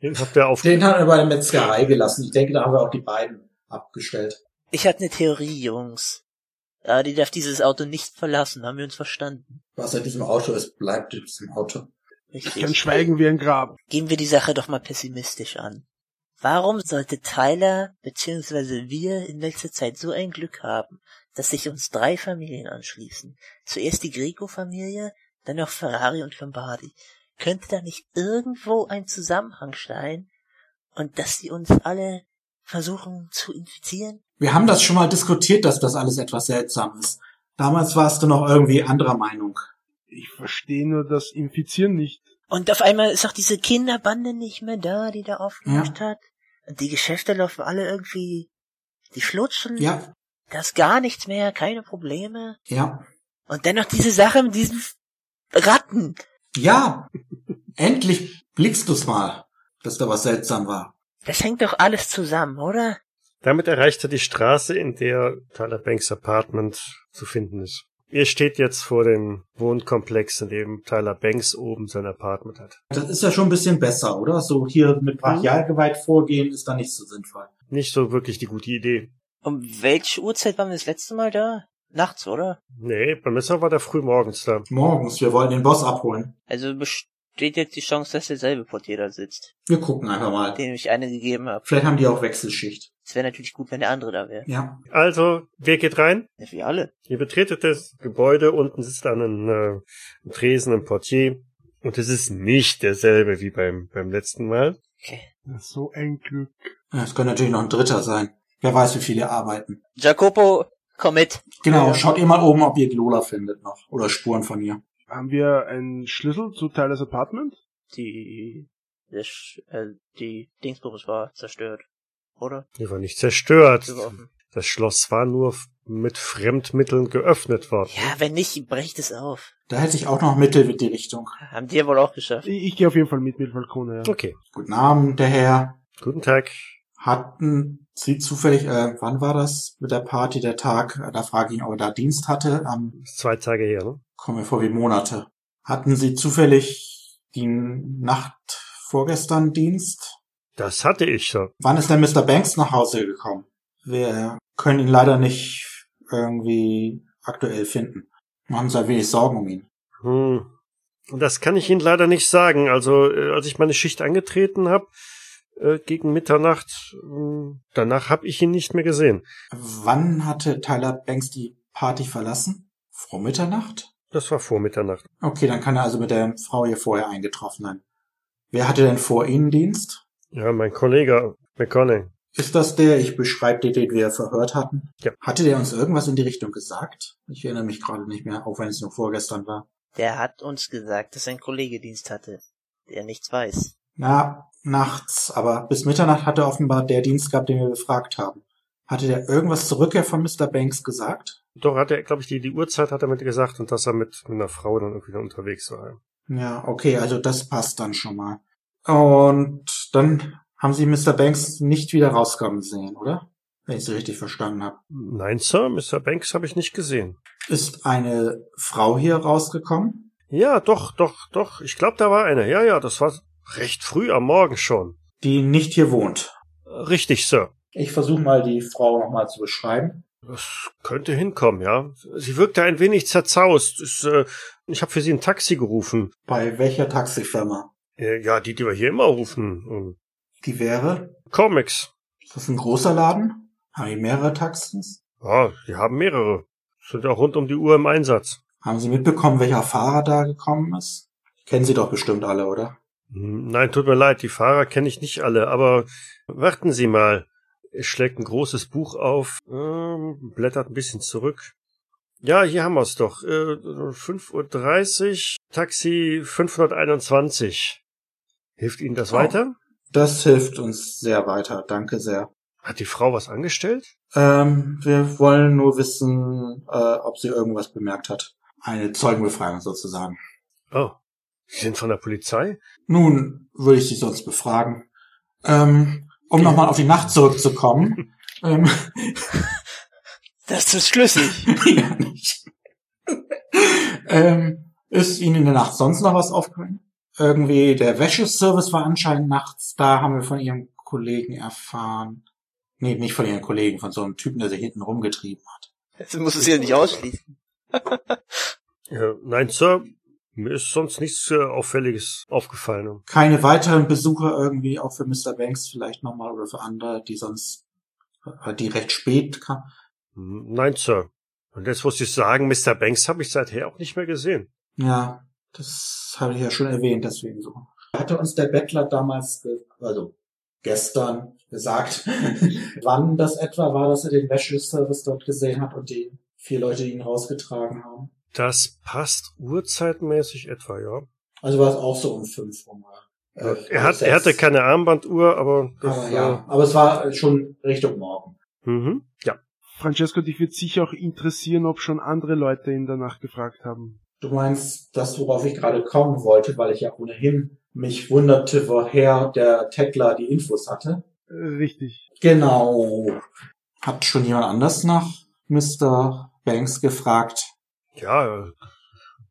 Den habt ihr auf.
Den haben wir bei der Metzgerei gelassen. Ich denke, da haben wir auch die beiden abgestellt.
Ich hatte eine Theorie, Jungs. Aber die darf dieses Auto nicht verlassen, haben wir uns verstanden.
Was in diesem Auto ist, bleibt in diesem Auto.
Richtig.
Dann schweigen wir ein Grab.
gehen wir die Sache doch mal pessimistisch an. Warum sollte Tyler bzw. wir in letzter Zeit so ein Glück haben, dass sich uns drei Familien anschließen? Zuerst die Greco-Familie, dann noch Ferrari und Lombardi. Könnte da nicht irgendwo ein Zusammenhang sein und dass sie uns alle versuchen zu infizieren?
Wir haben das schon mal diskutiert, dass das alles etwas seltsam ist. Damals warst du noch irgendwie anderer Meinung.
Ich verstehe nur das Infizieren nicht.
Und auf einmal ist auch diese Kinderbande nicht mehr da, die da aufgemacht hat. Und die Geschäfte laufen alle irgendwie, die flutschen.
Ja,
Da ist gar nichts mehr, keine Probleme.
ja,
Und dennoch diese Sache mit diesen Ratten.
ja. Endlich blickst du's mal, dass da was seltsam war.
Das hängt doch alles zusammen, oder?
Damit erreicht er die Straße, in der Tyler Banks Apartment zu finden ist. Ihr steht jetzt vor dem Wohnkomplex, in dem Tyler Banks oben sein Apartment hat.
Das ist ja schon ein bisschen besser, oder? So hier mit Brachialgewalt vorgehen ist da nicht so sinnvoll.
Nicht so wirklich die gute Idee.
Um welche Uhrzeit waren wir das letzte Mal da? Nachts, oder?
Nee, beim letzten Mal war der früh morgens da.
Morgens, wir wollen den Boss abholen.
Also besteht jetzt die Chance, dass derselbe Portier da sitzt,
Wir gucken einfach mal.
dem ich eine gegeben habe.
Vielleicht haben die auch Wechselschicht.
Es wäre natürlich gut, wenn der andere da wäre.
Ja.
Also, wer geht rein?
Ja, wie alle.
Ihr betretet das Gebäude, unten sitzt an einem äh, ein Tresen, ein Portier. Und es ist nicht derselbe wie beim, beim letzten Mal.
Na, So ein Glück.
Ja, Es könnte natürlich noch ein Dritter sein. Wer weiß, wie viele arbeiten.
Jacopo, komm mit.
Genau, schaut ihr mal oben, ob ihr Lola findet noch. Oder Spuren von ihr.
Haben wir einen Schlüssel zu Tylers Apartment?
Die, die, Sch- äh, die Dingsbums war zerstört. Oder?
Die war nicht zerstört.
Überoffen.
Das Schloss war nur f- mit Fremdmitteln geöffnet worden.
Ja, wenn nicht, bricht es auf.
Da hätte ich auch noch Mittel mit die Richtung.
Haben die ja wohl auch geschafft.
Ich, ich gehe auf jeden Fall mit mit Falcone, ja.
Okay.
Guten Abend, der Herr.
Guten Tag.
Hatten Sie zufällig, äh, wann war das mit der Party, der Tag? Da frage ich ihn, ob er da Dienst hatte. Am,
Ist zwei Tage her, ne?
kommen mir vor wie Monate. Hatten Sie zufällig die Nacht vorgestern Dienst?
Das hatte ich so.
Wann ist denn Mr. Banks nach Hause gekommen? Wir können ihn leider nicht irgendwie aktuell finden. Machen Sie ein wenig Sorgen um ihn.
Hm. Und Das kann ich Ihnen leider nicht sagen. Also, äh, als ich meine Schicht angetreten habe, äh, gegen Mitternacht, äh, danach habe ich ihn nicht mehr gesehen.
Wann hatte Tyler Banks die Party verlassen? Vor Mitternacht?
Das war vor Mitternacht.
Okay, dann kann er also mit der Frau hier vorher eingetroffen sein. Wer hatte denn vor Ihnen Dienst?
Ja, mein Kollege McConaughey.
Ist das der, ich beschreibe dir, den wir verhört hatten?
Ja.
Hatte der uns irgendwas in die Richtung gesagt? Ich erinnere mich gerade nicht mehr, auch wenn es nur vorgestern war.
Der hat uns gesagt, dass ein Kollege Dienst hatte, der nichts weiß.
Na, nachts, aber bis Mitternacht hatte offenbar der Dienst gehabt, den wir befragt haben. Hatte der irgendwas zur Rückkehr von Mr. Banks gesagt?
Doch, hat er, glaube ich, die, die Uhrzeit hat er mit gesagt und dass er mit, mit einer Frau dann irgendwie noch unterwegs war.
Ja, okay, also das passt dann schon mal. Und dann haben Sie Mr. Banks nicht wieder rauskommen sehen, oder? Wenn ich es richtig verstanden habe.
Nein, Sir, Mr. Banks habe ich nicht gesehen.
Ist eine Frau hier rausgekommen?
Ja, doch, doch, doch. Ich glaube, da war eine. Ja, ja, das war recht früh am Morgen schon.
die nicht hier wohnt.
Richtig, Sir.
Ich versuche mal die Frau nochmal zu beschreiben.
Das könnte hinkommen, ja. Sie wirkte ein wenig zerzaust. Ist, äh, ich habe für sie ein Taxi gerufen.
Bei welcher Taxifirma?
Äh, ja, die, die wir hier immer rufen.
Die
Ähm,
wäre?
Comics.
Ist das ein großer Laden? Haben die mehrere Taxis?
Ja, die haben mehrere. Sind auch rund um die Uhr im Einsatz.
Haben Sie mitbekommen, welcher Fahrer da gekommen ist? Kennen Sie doch bestimmt alle, oder?
Hm, Nein, tut mir leid, die Fahrer kenne ich nicht alle, aber warten Sie mal. Er schlägt ein großes Buch auf, ähm, blättert ein bisschen zurück. Ja, hier haben wir es doch. Äh, 5.30 Uhr, Taxi 521. Hilft Ihnen das
Oh.
weiter?
Das hilft uns sehr weiter. Danke sehr.
Hat die Frau was angestellt?
Ähm, wir wollen nur wissen, äh, ob sie irgendwas bemerkt hat. Eine Zeugenbefragung sozusagen.
Oh. Sie sind von der Polizei?
Nun würde ich Sie sonst befragen. Ähm, um nochmal auf die Nacht zurückzukommen. ähm, [LAUGHS]
Das ist
[LAUGHS]
schlüssig.
ja, nicht. ähm, ist Ihnen in der Nacht sonst noch was aufgefallen? Irgendwie der Wäscheservice war anscheinend nachts da, haben wir von Ihrem Kollegen erfahren. Nee, nicht von Ihrem Kollegen, von so einem Typen, der sich hinten rumgetrieben hat.
Das muss es ja nicht ausschließen.
Äh, nein, Sir. Mir ist sonst nichts äh, Auffälliges aufgefallen.
Keine weiteren Besucher irgendwie, auch für Mr. Banks vielleicht nochmal oder für andere, die sonst, äh, die recht spät kamen.
Hm, Nein, Sir. Und jetzt muss ich sagen, Mr. Banks habe ich seither auch nicht mehr gesehen.
Ja, das habe ich ja schon erwähnt, deswegen so. Hatte uns der Bettler damals, ge- also gestern, gesagt, [LAUGHS] wann das etwa war, dass er den Wäscheservice dort gesehen hat und die vier Leute die ihn rausgetragen haben?
Das passt uhrzeitmäßig etwa, ja.
Also war es auch so um fünf Uhr mal. Äh,
er, hat, er
sechs.
hatte keine Armbanduhr, aber das
Aber ja, aber es war äh, schon Richtung Morgen.
äh, mhm, ja.
Francesco, dich wird sicher auch interessieren, ob schon andere Leute ihn danach gefragt haben.
Du meinst das, worauf ich gerade kommen wollte, weil ich ja ohnehin mich wunderte, woher der Tekler die Infos hatte.
Richtig.
Genau. Habt schon jemand anders nach Mr. Banks gefragt?
Ja, äh,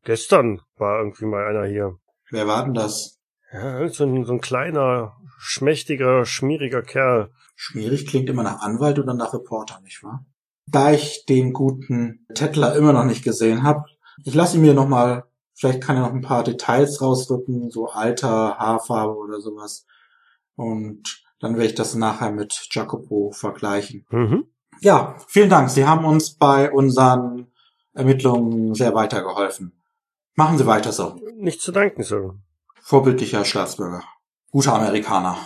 gestern war irgendwie mal einer hier.
Wer war denn das?
Ja, so ein, so ein kleiner, schmächtiger, schmieriger Kerl.
Schmierig klingt immer nach Anwalt oder nach Reporter, nicht wahr? Da ich den guten Tettler immer noch nicht gesehen habe, ich lasse ihn mir nochmal, vielleicht kann er noch ein paar Details rausrücken, so Alter, Haarfarbe oder sowas. Und dann werde ich das nachher mit Jacopo vergleichen.
Mhm.
Ja, vielen Dank. Sie haben uns bei unseren Ermittlungen sehr weitergeholfen. Machen Sie weiter so.
Nicht zu danken, Sir.
Vorbildlicher Staatsbürger. Guter Amerikaner.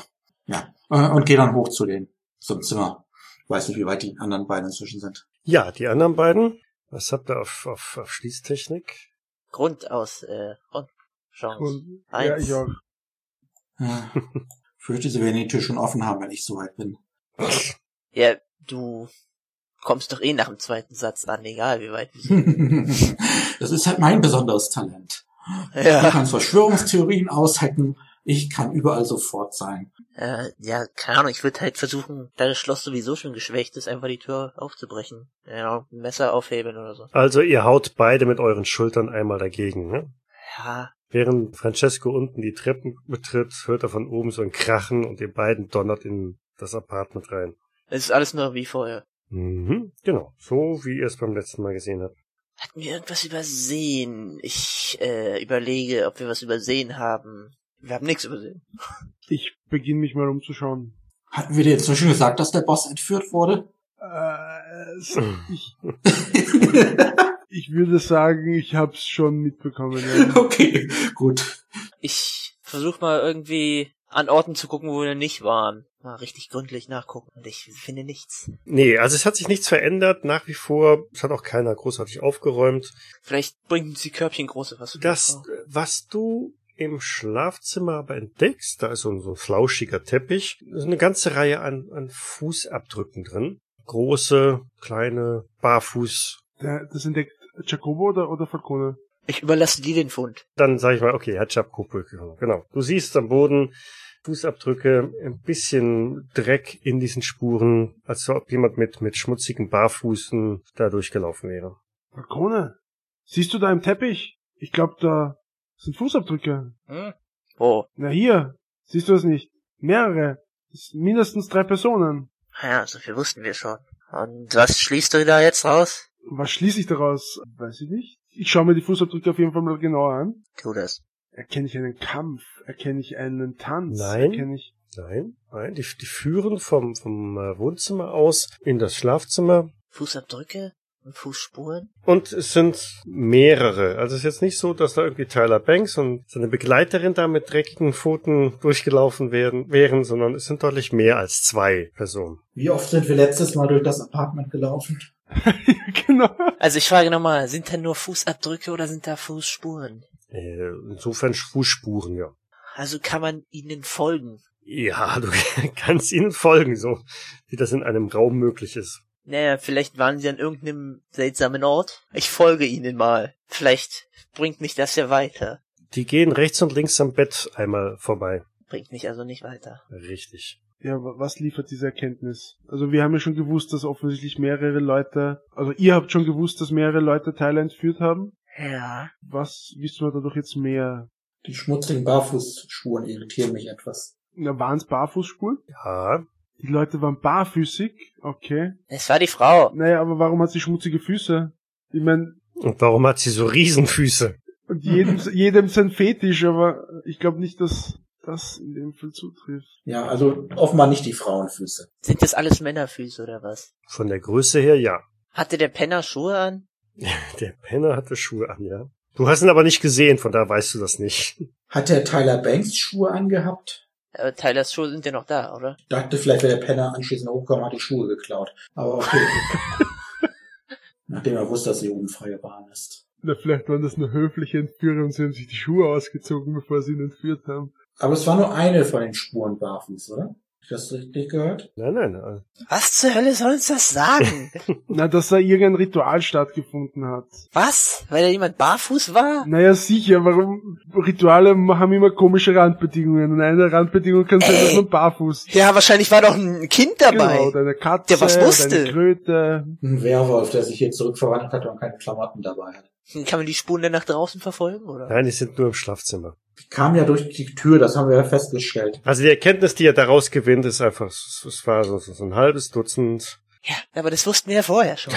Ja. Äh, Und geh dann hoch zu den, zum Zimmer. Weiß nicht, wie weit die anderen beiden inzwischen sind.
Ja, die anderen beiden. Was habt ihr auf, auf, auf Schließtechnik?
Grund aus, äh, und Chance.
Cool. Ja,
Eins.
ich auch.
[LAUGHS] Äh, Fürchte, sie werden die Tür schon offen haben, wenn ich soweit bin. [LAUGHS]
Ja, du kommst doch eh nach dem zweiten Satz an, egal
[LAUGHS]
wie weit.
das ist halt mein besonderes Talent. Ich
Ja,
kann Verschwörungstheorien aushacken. Ich kann überall sofort sein.
äh, ja keine Ahnung, ich würde halt versuchen, da das Schloss sowieso schon geschwächt ist, einfach die Tür aufzubrechen. Ja, ein Messer aufhebeln oder so.
Also ihr haut beide mit euren Schultern einmal dagegen, ne?
Ja,
Während Francesco unten die Treppen betritt, hört er von oben so ein Krachen und ihr beiden donnert in das Apartment rein.
es ist alles nur wie vorher.
Mhm, genau. So wie ihr es beim letzten Mal gesehen habt. [CLEARS THROAT]
Hatten wir irgendwas übersehen? Ich, äh, überlege, ob wir was übersehen haben. Wir haben nichts übersehen.
Ich beginne mich mal umzuschauen.
Hatten wir dir inzwischen gesagt, dass der Boss entführt wurde? [LAUGHS]
Äh, es- ich, ich würde sagen, ich hab's schon mitbekommen.
[LAUGHS]
Ja.
okay, gut.
Ich versuche mal irgendwie an Orten zu gucken, wo wir nicht waren. Mal richtig gründlich nachgucken. Und ich finde nichts.
Nee, also es hat sich nichts verändert, nach wie vor. Es hat auch keiner großartig aufgeräumt.
Vielleicht bringt uns die Körbchen große was.
Das, äh, was du im Schlafzimmer aber entdeckst, da ist so ein, so ein flauschiger Teppich, ist eine ganze Reihe an, an Fußabdrücken drin. Große, kleine, barfuß.
Der- Das entdeckt Jacobo oder, oder Falcone?
Ich überlasse dir den Fund.
Dann sage ich mal, okay, hat Chapkopulke. Genau. Du siehst am Boden Fußabdrücke, ein bisschen Dreck in diesen Spuren, als ob jemand mit, mit schmutzigen Barfußen da durchgelaufen wäre.
Falcone? Siehst du da im Teppich? Ich glaube, da sind Fußabdrücke.
Hm? Wo?
Na hier, siehst du es nicht? Mehrere. Das sind mindestens drei Personen.
Ja, so viel wussten wir schon. Und was schließt du da jetzt raus?
Was schließe ich daraus? Weiß ich nicht. Ich schaue mir die Fußabdrücke auf jeden Fall mal genauer an.
Tu das.
Erkenne ich einen Kampf? Erkenne ich einen Tanz?
Nein.
Erkenne ich... [LAUGHS]
Nein, nein, die, die führen vom, vom äh, Wohnzimmer aus in das Schlafzimmer
Fußabdrücke und Fußspuren?
und es sind mehrere. Also es ist jetzt nicht so, dass da irgendwie Tyler Banks und seine Begleiterin da mit dreckigen Pfoten durchgelaufen werden, wären, sondern es sind deutlich mehr als zwei Personen.
Wie oft sind wir letztes Mal durch das Apartment gelaufen?
genau.
Also ich frage nochmal, sind da nur Fußabdrücke oder sind da Fußspuren?
Äh, insofern Fußspuren, ja.
Also kann man ihnen folgen.
Ja, [LAUGHS] du kannst ihnen folgen, so wie das in einem Raum möglich ist.
Naja, vielleicht waren sie an irgendeinem seltsamen Ort. Ich folge ihnen mal. Vielleicht bringt mich das ja weiter.
Die gehen rechts und links am Bett einmal vorbei.
Bringt mich also nicht weiter.
Richtig.
Ja, wa- was liefert diese Erkenntnis? Also wir haben ja schon gewusst, dass offensichtlich mehrere Leute, also ihr habt schon gewusst, dass mehrere Leute Teile entführt haben.
Ja.
Was wissen wir dadurch jetzt mehr?
Die schmutzigen Barfußschuhe irritieren mich etwas.
Na, waren es Barfußspuren?
Ja,
Die Leute waren barfüßig, okay.
Es war die Frau.
Naja, aber warum hat sie schmutzige Füße? Ich meine,
und warum hat sie so Riesenfüße?
und [LAUGHS] jedem, jedem sein Fetisch, aber ich glaube nicht, dass das in dem Fall zutrifft.
Ja, also offenbar nicht die Frauenfüße.
Sind das alles Männerfüße oder was?
Von der Größe her, ja.
Hatte der Penner Schuhe an?
Der Penner hatte Schuhe an, ja. Du hast ihn aber nicht gesehen, von da weißt du das nicht.
Hat der Tyler Banks Schuhe angehabt?
Aber Tylers Schuhe sind ja noch da, oder?
Dachte vielleicht, wäre der Penner anschließend hochgekommen, hat die Schuhe geklaut. Aber okay. Nachdem er wusste, dass sie jugendfreie Bahn ist.
Na, vielleicht waren das eine höfliche Entführung und sie haben sich die Schuhe ausgezogen, bevor sie ihn entführt haben.
Aber es war nur eine von den Spuren barfuß, oder? Ich das richtig gehört?
Nein, nein, nein.
Was zur Hölle soll uns das
[LAUGHS]
sagen?
Na, dass da irgendein Ritual stattgefunden hat.
Was? Weil da jemand barfuß war?
Naja, sicher, warum Rituale haben immer komische Randbedingungen. Und eine Randbedingung kann sein, dass
Ey.
man barfuß
Ja, wahrscheinlich war doch ein Kind dabei.
Genau, deine Katze,
Der was wusste.
deine Kröte.
Ein Werwolf, der sich hier zurückverwandelt hat und keine Klamotten dabei hat.
Kann man die Spuren dann nach draußen verfolgen, oder?
Nein, die sind nur im Schlafzimmer.
Die kam ja durch die Tür, das haben wir ja festgestellt.
Also die Erkenntnis, die er daraus gewinnt, ist einfach, es es war so, so ein halbes Dutzend. [LAUGHS]
Ja, aber das wussten wir ja vorher schon.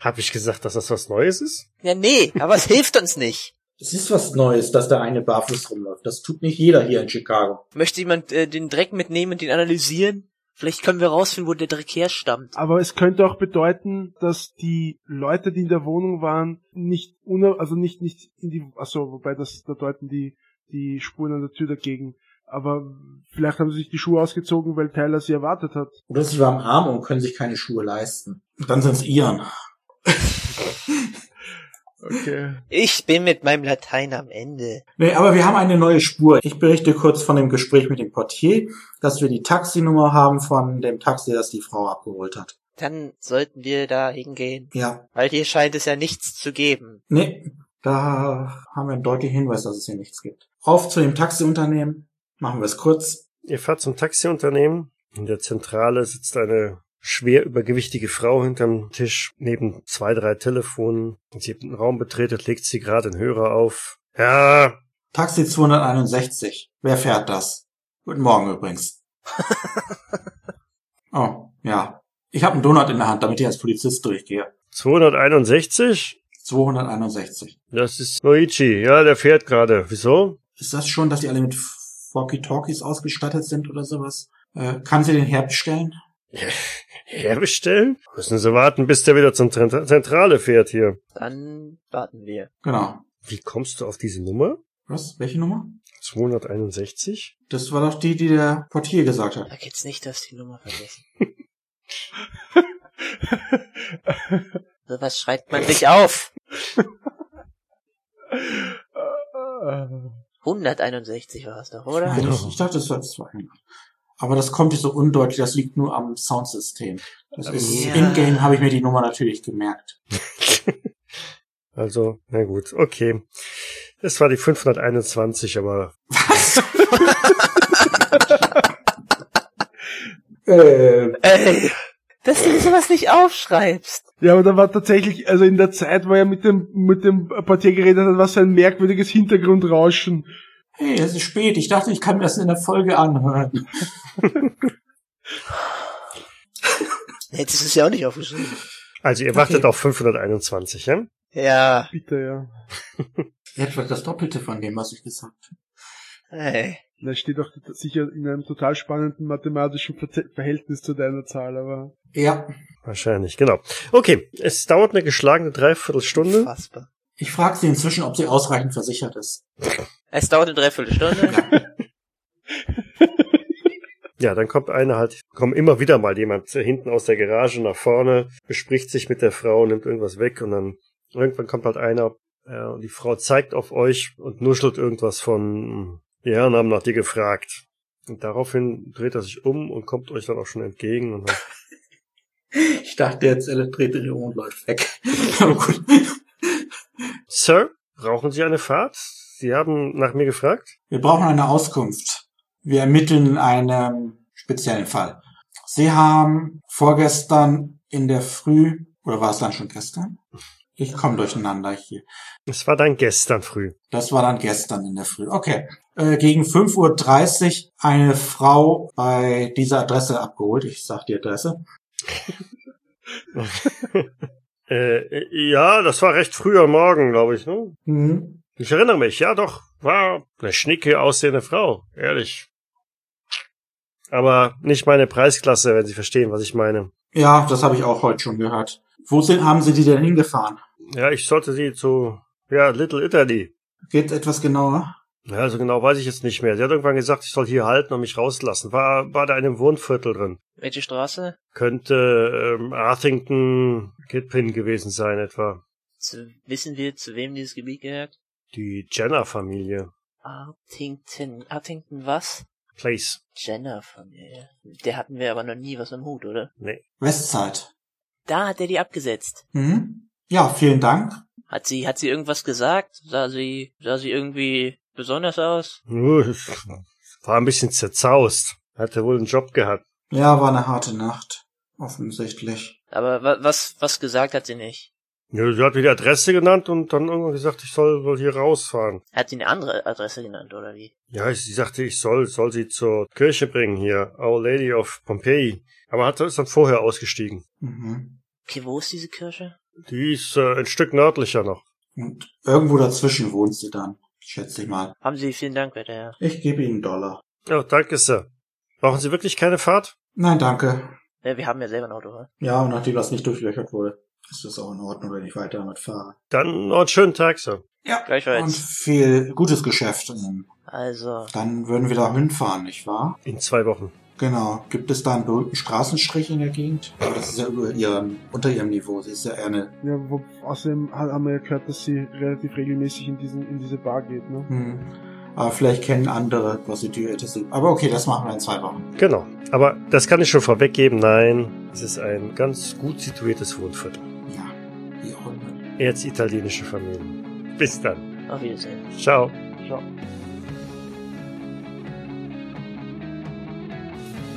Hab ich gesagt, dass das was Neues ist?
Ja, nee, aber es hilft uns nicht.
Es ist was Neues, dass da eine barfuß rumläuft. Das tut nicht jeder hier in Chicago.
Möchte jemand äh, den Dreck mitnehmen und den analysieren? Vielleicht können wir rausfinden, wo der Dreck herstammt.
Aber es könnte auch bedeuten, dass die Leute, die in der Wohnung waren, nicht uner also nicht nicht in die also wobei das da deuten die die Spuren an der Tür dagegen. Aber vielleicht haben sie sich die Schuhe ausgezogen, weil Tyler sie erwartet hat.
Oder sie waren arm und können sich keine Schuhe leisten. Dann sind's ihren.
Okay.
Ich bin mit meinem Latein am Ende.
Nee, aber wir haben eine neue Spur. Ich berichte kurz von dem Gespräch mit dem Portier, dass wir die Taxinummer haben von dem Taxi, das die Frau abgeholt hat.
Dann sollten wir da hingehen.
Ja.
Weil hier scheint es ja nichts zu geben.
Nee, da haben wir einen deutlichen Hinweis, dass es hier nichts gibt. Auf zu dem Taxiunternehmen. Machen wir es kurz.
Ihr fahrt zum Taxiunternehmen. In der Zentrale sitzt eine schwer übergewichtige Frau hinterm Tisch neben zwei, drei Telefonen. Sie hat den Raum betretet, legt sie gerade den Hörer auf. Ja,
Taxi 261. Wer fährt das? Guten Morgen übrigens. oh, ja. Ich habe einen Donut in der Hand, damit ich als Polizist durchgehe.
261?
261.
Das ist Luigi. Ja, der fährt gerade. Wieso?
Ist das schon, dass die alle mit Walkie-Talkies ausgestattet sind oder sowas? Äh, kann sie den herbstellen?
Herbestellen? Müssen Sie warten, bis der wieder zum Zent- Zentrale fährt hier.
Dann warten wir.
Genau.
Wie kommst du auf diese Nummer?
Was? Welche Nummer?
261?
Das war doch die, die der Portier gesagt hat.
Da geht's nicht, dass die Nummer [LAUGHS] vergessen. So was schreibt man sich auf? 161 war es doch, oder?
Nein, ich, ich dachte, es war 200. Aber das kommt jetzt so undeutlich, das liegt nur am Soundsystem. Das ist,
Ja.
in-game habe ich mir die Nummer natürlich gemerkt.
Also, na gut, okay. Es war die 521, aber
[LAUGHS] Ey, dass du dir sowas nicht aufschreibst.
[LAUGHS] Ja, aber da war tatsächlich, also in der Zeit, wo er mit dem, mit dem Portier geredet hat, war so ein merkwürdiges Hintergrundrauschen.
Hey, es ist spät, ich dachte, ich kann mir das in der Folge anhören.
Hättest du es ja auch nicht aufgeschrieben.
Also ihr wartet auf 521, ja?
Ja.
Bitte, ja.
Etwa das Doppelte von dem, was ich gesagt habe.
Ey.
Das steht doch sicher in einem total spannenden mathematischen Verze- Verhältnis zu deiner Zahl, aber
Ja,
Wahrscheinlich, genau. Okay, es dauert eine geschlagene Dreiviertelstunde.
Unfassbar.
ich frage sie inzwischen, ob sie ausreichend versichert ist.
Es dauert eine
[LAUGHS]
Dreiviertelstunde.
Ja, dann kommt einer halt, kommt immer wieder mal jemand hinten aus der Garage nach vorne, bespricht sich mit der Frau, nimmt irgendwas weg und dann irgendwann kommt halt einer äh, und die Frau zeigt auf euch und nuschelt irgendwas von, die Herren haben nach dir gefragt. Und daraufhin dreht er sich um und kommt euch dann auch schon entgegen und dann,
Ich dachte jetzt, er dreht ihre Ohren und läuft weg. [LAUGHS] Aber gut.
Sir, brauchen Sie eine Fahrt? Sie haben nach mir gefragt?
Wir brauchen eine Auskunft. Wir ermitteln in einem speziellen Fall. Sie haben vorgestern in der Früh, oder war es dann schon gestern? Ich komme durcheinander hier.
Es war dann gestern früh.
Das war dann gestern in der Früh. Okay. Äh, gegen 5.30 Uhr eine Frau bei dieser Adresse abgeholt. Ich sag die Adresse.
Äh, ja, das war recht früh am Morgen, glaube ich. Ne?
Mhm.
Ich erinnere mich, ja doch, war eine schnicke aussehende Frau, ehrlich. Aber nicht meine Preisklasse, wenn Sie verstehen, was ich meine.
Ja, das habe ich auch heute schon gehört. Wo sind, haben Sie die denn hingefahren?
Ja, ich sollte Sie zu, ja, Little Italy.
Geht's etwas genauer?
Ja, so genau weiß ich jetzt nicht mehr. Sie hat irgendwann gesagt, ich soll hier halten und mich rauslassen. War, war da in einem Wohnviertel drin.
Welche Straße?
Könnte ähm, Arthington Kidpin gewesen sein etwa.
Zu, wissen wir, zu wem dieses Gebiet gehört?
Die Jenner-Familie.
Artington. Artington was?
Place.
Jenner-Familie. Mit Der hatten wir aber noch nie was am Hut, oder?
Westside.
Da hat er die abgesetzt.
Mhm. Ja, vielen Dank.
Hat sie, hat sie irgendwas gesagt? Sah sie, sah sie irgendwie besonders aus?
War ein bisschen zerzaust. Hatte wohl einen Job gehabt.
Ja, war eine harte Nacht. Offensichtlich.
Aber wa was, was gesagt hat sie nicht?
Ja, sie hat mir die Adresse genannt und dann irgendwann gesagt, ich soll, soll hier rausfahren.
Hat sie eine andere Adresse genannt, oder wie?
Ja, sie sagte, ich soll, soll sie zur Kirche bringen hier. Our Lady of Pompeii. Aber hat ist dann vorher ausgestiegen.
Mhm.
Okay, wo ist diese Kirche?
Die ist äh, ein Stück nördlicher noch.
Und irgendwo dazwischen wohnt sie dann, schätze ich mal.
Haben Sie vielen Dank, werter Herr.
Ich gebe Ihnen einen Dollar.
Ja, danke, Sir. Brauchen Sie wirklich keine Fahrt?
Nein, danke.
Ja, wir haben ja selber ein Auto, oder?
Ja, und nachdem das nicht durchlöchert wurde, ist das auch in Ordnung, wenn ich weiter damit fahre.
Dann noch einen schönen Tag, Sir.
Ja. Und
Gleichfalls.
viel gutes Geschäft. Ähm,
Also,
Dann würden wir da hinfahren, nicht wahr?
In zwei Wochen.
Genau. Gibt es da einen berühmten Straßenstrich in der Gegend? Aber das ist ja über ihrem, unter ihrem Niveau. Sie ist ja eher eine...
Ja, wo, außerdem ha- haben wir ja gehört, dass sie relativ regelmäßig in, diesen, in diese Bar geht, ne?
Hm. Aber vielleicht kennen andere Prostituierte sie. Aber okay, das machen wir in zwei Wochen.
Genau. Aber das kann ich schon vorweggeben. Nein, es ist ein ganz gut situiertes Wohnviertel.
Ja, wie auch immer.
Erzitalienische Familien. Bis dann.
auf Wiedersehen.
Ciao.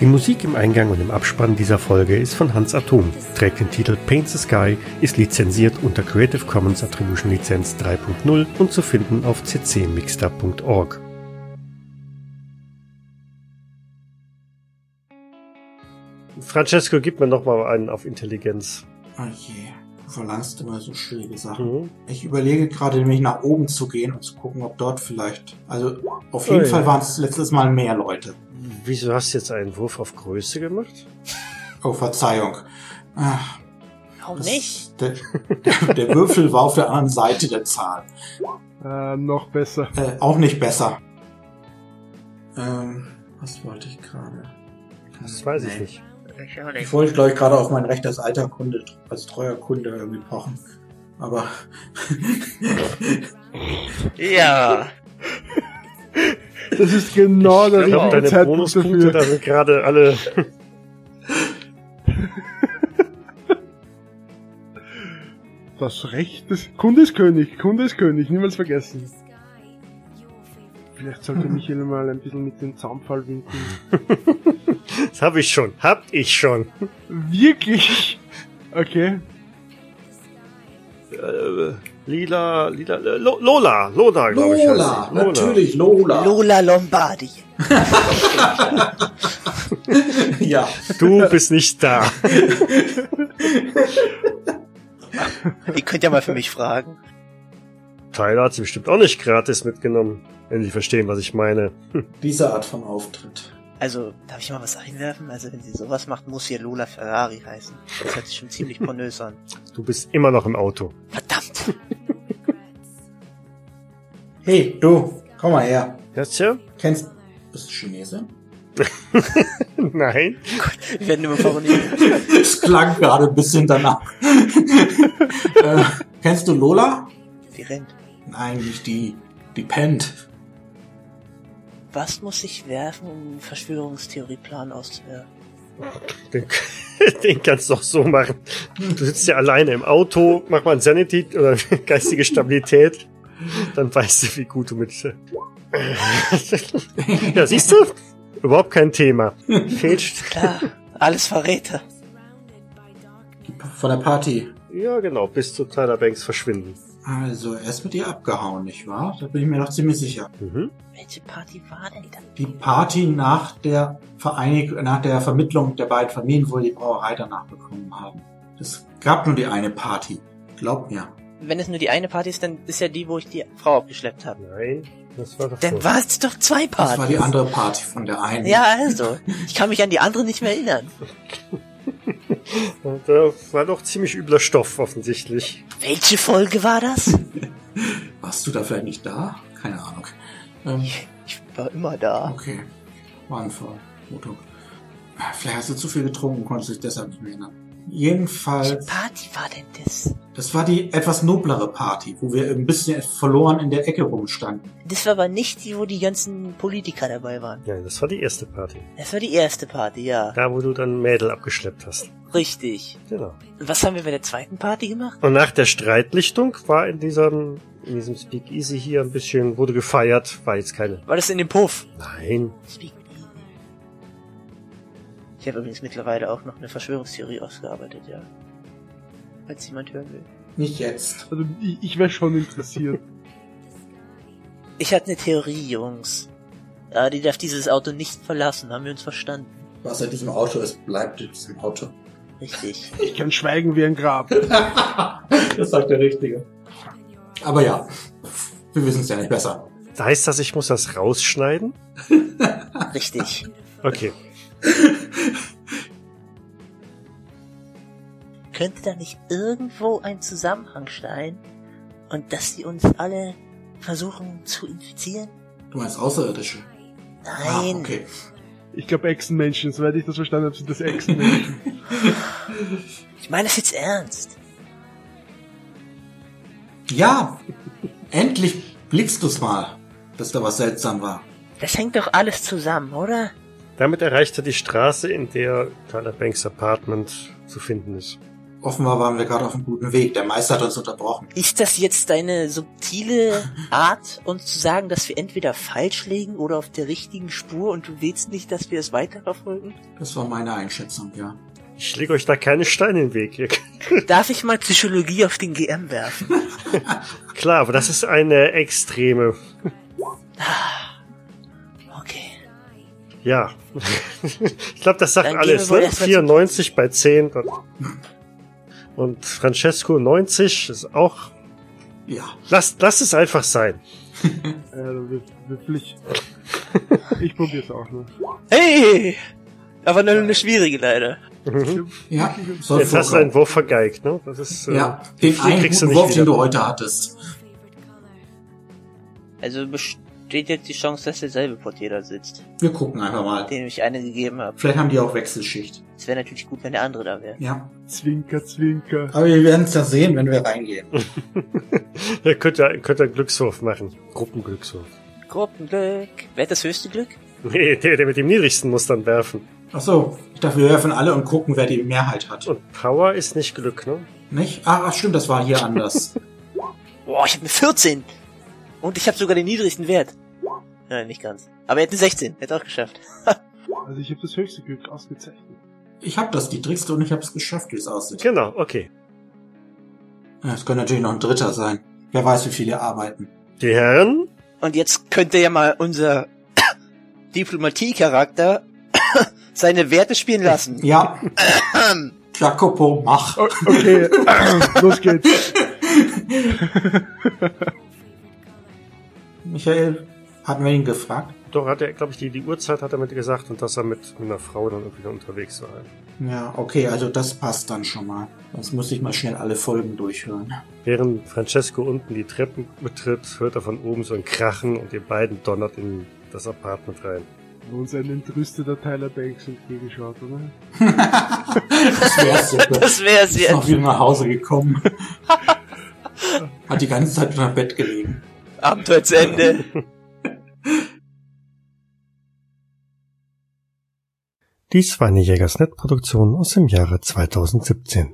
Die Musik im Eingang und im Abspann dieser Folge ist von Hans Atom, trägt den Titel Paint the Sky, ist lizenziert unter Creative Commons Attribution Lizenz 3.0 und zu finden auf ccmixter.org.
Francesco, gib mir noch mal einen auf Intelligenz.
Oh je, du verlangst immer so schwierige Sachen.
Mhm.
Ich überlege gerade nämlich nach oben zu gehen und zu gucken, ob dort vielleicht. Also auf jeden
Ui.
Fall waren es letztes Mal mehr Leute.
Wieso hast du jetzt einen Wurf auf Größe gemacht?
Oh, Verzeihung. Ach,
Warum
das-
nicht?
Der, der, der Würfel war auf der anderen Seite der Zahl.
Äh, noch besser.
Äh, auch nicht besser. Ähm, was wollte ich gerade?
Das weiß ich
Nee.
nicht.
Ich auch
Ich
nicht.
wollte, glaube ich, gerade auf mein Recht als alter Kunde, als treuer Kunde irgendwie pochen. Aber
Ja.
[LAUGHS] Das ist genau der
ich glaube,
richtige
deine
Zeitpunkt
Bonuspunkte,
dafür.
da sind gerade alle.
Das Recht des Kunde ist König, Kunde ist König, niemals vergessen. Vielleicht [LAUGHS] sollte Michael mal ein bisschen mit dem Zaunfall winken.
Das habe ich schon. Hab ich schon.
Wirklich? Okay.
Äh, Lila, Lila, äh, Lo- Lola, Lola, glaube ich.
Lola,
heißt sie.
natürlich Lola.
Lola Lombardi.
ja.
Du bist nicht da. [LAUGHS]
Ihr könnt ja mal für mich fragen.
Tyler hat sie bestimmt auch nicht gratis mitgenommen. Wenn Sie verstehen, was ich meine.
Diese Art von Auftritt.
Also, darf ich mal was einwerfen? Also, wenn sie sowas macht, muss hier Lola Ferrari heißen. Das hört sich schon ziemlich pornös an.
Du bist immer noch im Auto.
Verdammt!
Hey, du, komm mal her.
Das ja?
Kennst Bist du Chinese?
[LAUGHS] Nein.
Wir werden immer verunsichert.
Es klang gerade ein bisschen [LAUGHS] danach. äh, kennst du Lola?
Die rennt.
Nein, nicht die. Die pennt.
Was muss ich werfen, um einen Verschwörungstheorieplan auszuwerfen?
Den, [LAUGHS] den kannst du doch so machen. Du sitzt ja alleine im Auto, mach mal einen Sanity oder [LAUGHS] geistige Stabilität. Dann weißt du, wie gut du mit. [LAUGHS] Ja, siehst du? Überhaupt kein Thema. Fehlt.
Klar, alles Verräter.
Von der Party.
Ja, genau, bis zu Tyler Banks verschwinden.
Also, er ist mit ihr abgehauen, nicht wahr? Da bin ich mir noch ziemlich sicher.
Mhm.
Welche Party war denn das?
Die Party nach der Vereinig nach der Vermittlung der beiden Familien, wo die Brauerei danach bekommen haben. Es gab nur die eine Party. Glaub mir.
Wenn es nur die eine Party ist, dann ist ja die, wo ich die Frau abgeschleppt habe.
Nein, das war doch
Dann
so.
war es doch zwei
Das war die
Partys.
andere Party von der einen.
Ja, also. Ich kann mich an die andere nicht mehr erinnern.
Und da war doch ziemlich übler Stoff offensichtlich.
Welche Folge war das?
Warst du da vielleicht nicht da? Keine Ahnung. Ähm,
Ich war immer da.
okay. War eine Vermutung. Vielleicht hast du zu viel getrunken und konntest dich deshalb nicht mehr erinnern.
Welche
Jedenfalls,
Party war denn das?
das war die etwas noblere Party, wo wir ein bisschen verloren in der Ecke rumstanden.
Das war aber nicht die, wo die ganzen Politiker dabei waren.
Ja, das war die erste Party.
Das war die erste Party, ja.
Da, wo du dann Mädel abgeschleppt hast.
Richtig.
Genau.
Was haben wir bei der zweiten Party gemacht?
Und nach der Streitlichtung war in diesem, in diesem Speakeasy hier ein bisschen, wurde gefeiert, war jetzt keine.
War das in dem Puff?
Nein.
Speak Easy. Ich habe übrigens mittlerweile auch noch eine Verschwörungstheorie ausgearbeitet, ja. Falls jemand hören will.
Nicht jetzt.
Also ich, ich wäre schon interessiert.
Ich hatte eine Theorie, Jungs. Ja, die darf dieses Auto nicht verlassen, haben wir uns verstanden.
Was in diesem Auto ist, bleibt in diesem Auto.
Richtig.
Ich kann schweigen wie ein Grab.
[LAUGHS] das sagt der Richtige. Aber ja, wir wissen es ja nicht besser.
Da heißt das, ich muss das rausschneiden?
Richtig.
Okay.
Könnte da nicht irgendwo ein Zusammenhang sein? Und dass sie uns alle versuchen zu infizieren?
Du meinst Außerirdische?
Nein.
Ah, okay.
Ich glaube Echsenmenschen, soweit ich das verstanden habe, sind das [LAUGHS] Echsenmenschen.
Ich meine das jetzt ernst.
Ja, endlich blickst du's mal, dass da was seltsam war.
Das hängt doch alles zusammen, oder?
Damit erreicht er die Straße, in der Tyler Banks Apartment zu finden ist.
Offenbar waren wir gerade auf einem guten Weg. Der Meister hat uns unterbrochen.
Ist das jetzt deine
[LAUGHS]
subtile Art, uns zu sagen, dass wir entweder falsch liegen oder auf der richtigen Spur und du willst nicht, dass wir es
[LAUGHS]
weiterverfolgen?
Das war meine Einschätzung, ja.
Ich lege euch da keine Steine in den Weg. [LAUGHS] Ihr-
Darf ich mal Psychologie auf den GM werfen?
Klar, aber das ist eine extreme.
Okay.
Ja. [LAUGHS] ich glaube, das sagt
Dann gehen wir
alles.
wohl
Ne?
erstmal
94 bei 10. Und, und Francesco 90 ist auch.
Ja,
Lasst, lasst es einfach sein.
Äh, wir- [LAUGHS] wirklich. Ich probier's auch nur.
Hey! Aber nur eine schwierige leider.
ja. Soll
Jetzt hast du
vorkommen.
einen Wurf vergeigt, ne? Das ist. äh,
Ja, den einen
kriegst du
guten
nicht
Wurf, den
wieder.
du heute hattest.
Also besteht jetzt die Chance, dass derselbe Portierer sitzt,
Wir gucken einfach mal.
dem ich eine gegeben habe.
Vielleicht haben die auch Wechselschicht.
Es wäre natürlich gut, wenn der andere da wäre.
Ja.
Zwinker, Zwinker.
Aber wir werden es ja sehen, wenn wir reingehen.
Ihr könnt ja könnt ja einen Glückswurf machen. Gruppenglückswurf.
Gruppenglück. Wer hat das höchste Glück?
Nee, der, der mit dem niedrigsten muss dann werfen.
Ach so, ich dachte, wir werfen alle und gucken, wer die Mehrheit hat.
Und Power ist nicht Glück, ne?
Nicht? Ah, Ach, ach, stimmt, das war hier
[LAUGHS]
anders.
Boah, ich habe eine 14. Und ich habe sogar den niedrigsten Wert. Nein, nicht ganz. Aber er hat eine 16. Er hat auch geschafft.
Also ich habe das höchste Glück ausgezeichnet.
Ich hab das, die Trickste, und ich hab's geschafft, wie es aussieht.
Genau, okay.
Ja, Es könnte natürlich noch ein Dritter sein. Wer weiß, wie viele arbeiten.
Die Herren?
Und jetzt könnte ja mal unser [COUGHS] Diplomatiecharakter [COUGHS] seine Werte spielen lassen.
Ja. Jacopo, mach.
Oh,
O- [COUGHS] Okay, los geht's.
Michael, hatten wir ihn gefragt?
Doch, hat er, glaube ich, die, die Uhrzeit hat er mit gesagt und dass er mit einer Frau dann irgendwie unterwegs war.
Ja, okay, also das passt dann schon mal. Sonst muss ich mal schnell alle Folgen durchhören.
[LAUGHS]
Während Francesco unten die Treppen betritt, hört er von oben so ein Krachen und ihr beiden donnert in das Apartment rein.
Wo uns ein entrüsteter Tyler Banks entgegenschaut, oder?
Das wär's super.
Das wär's
Ist noch
jetzt.
wieder nach Hause gekommen. Hat die ganze Zeit unter dem Bett gelegen.
Abenteuer zu Ende.
Dies war eine Jägersnet-Produktion aus dem Jahre 2017.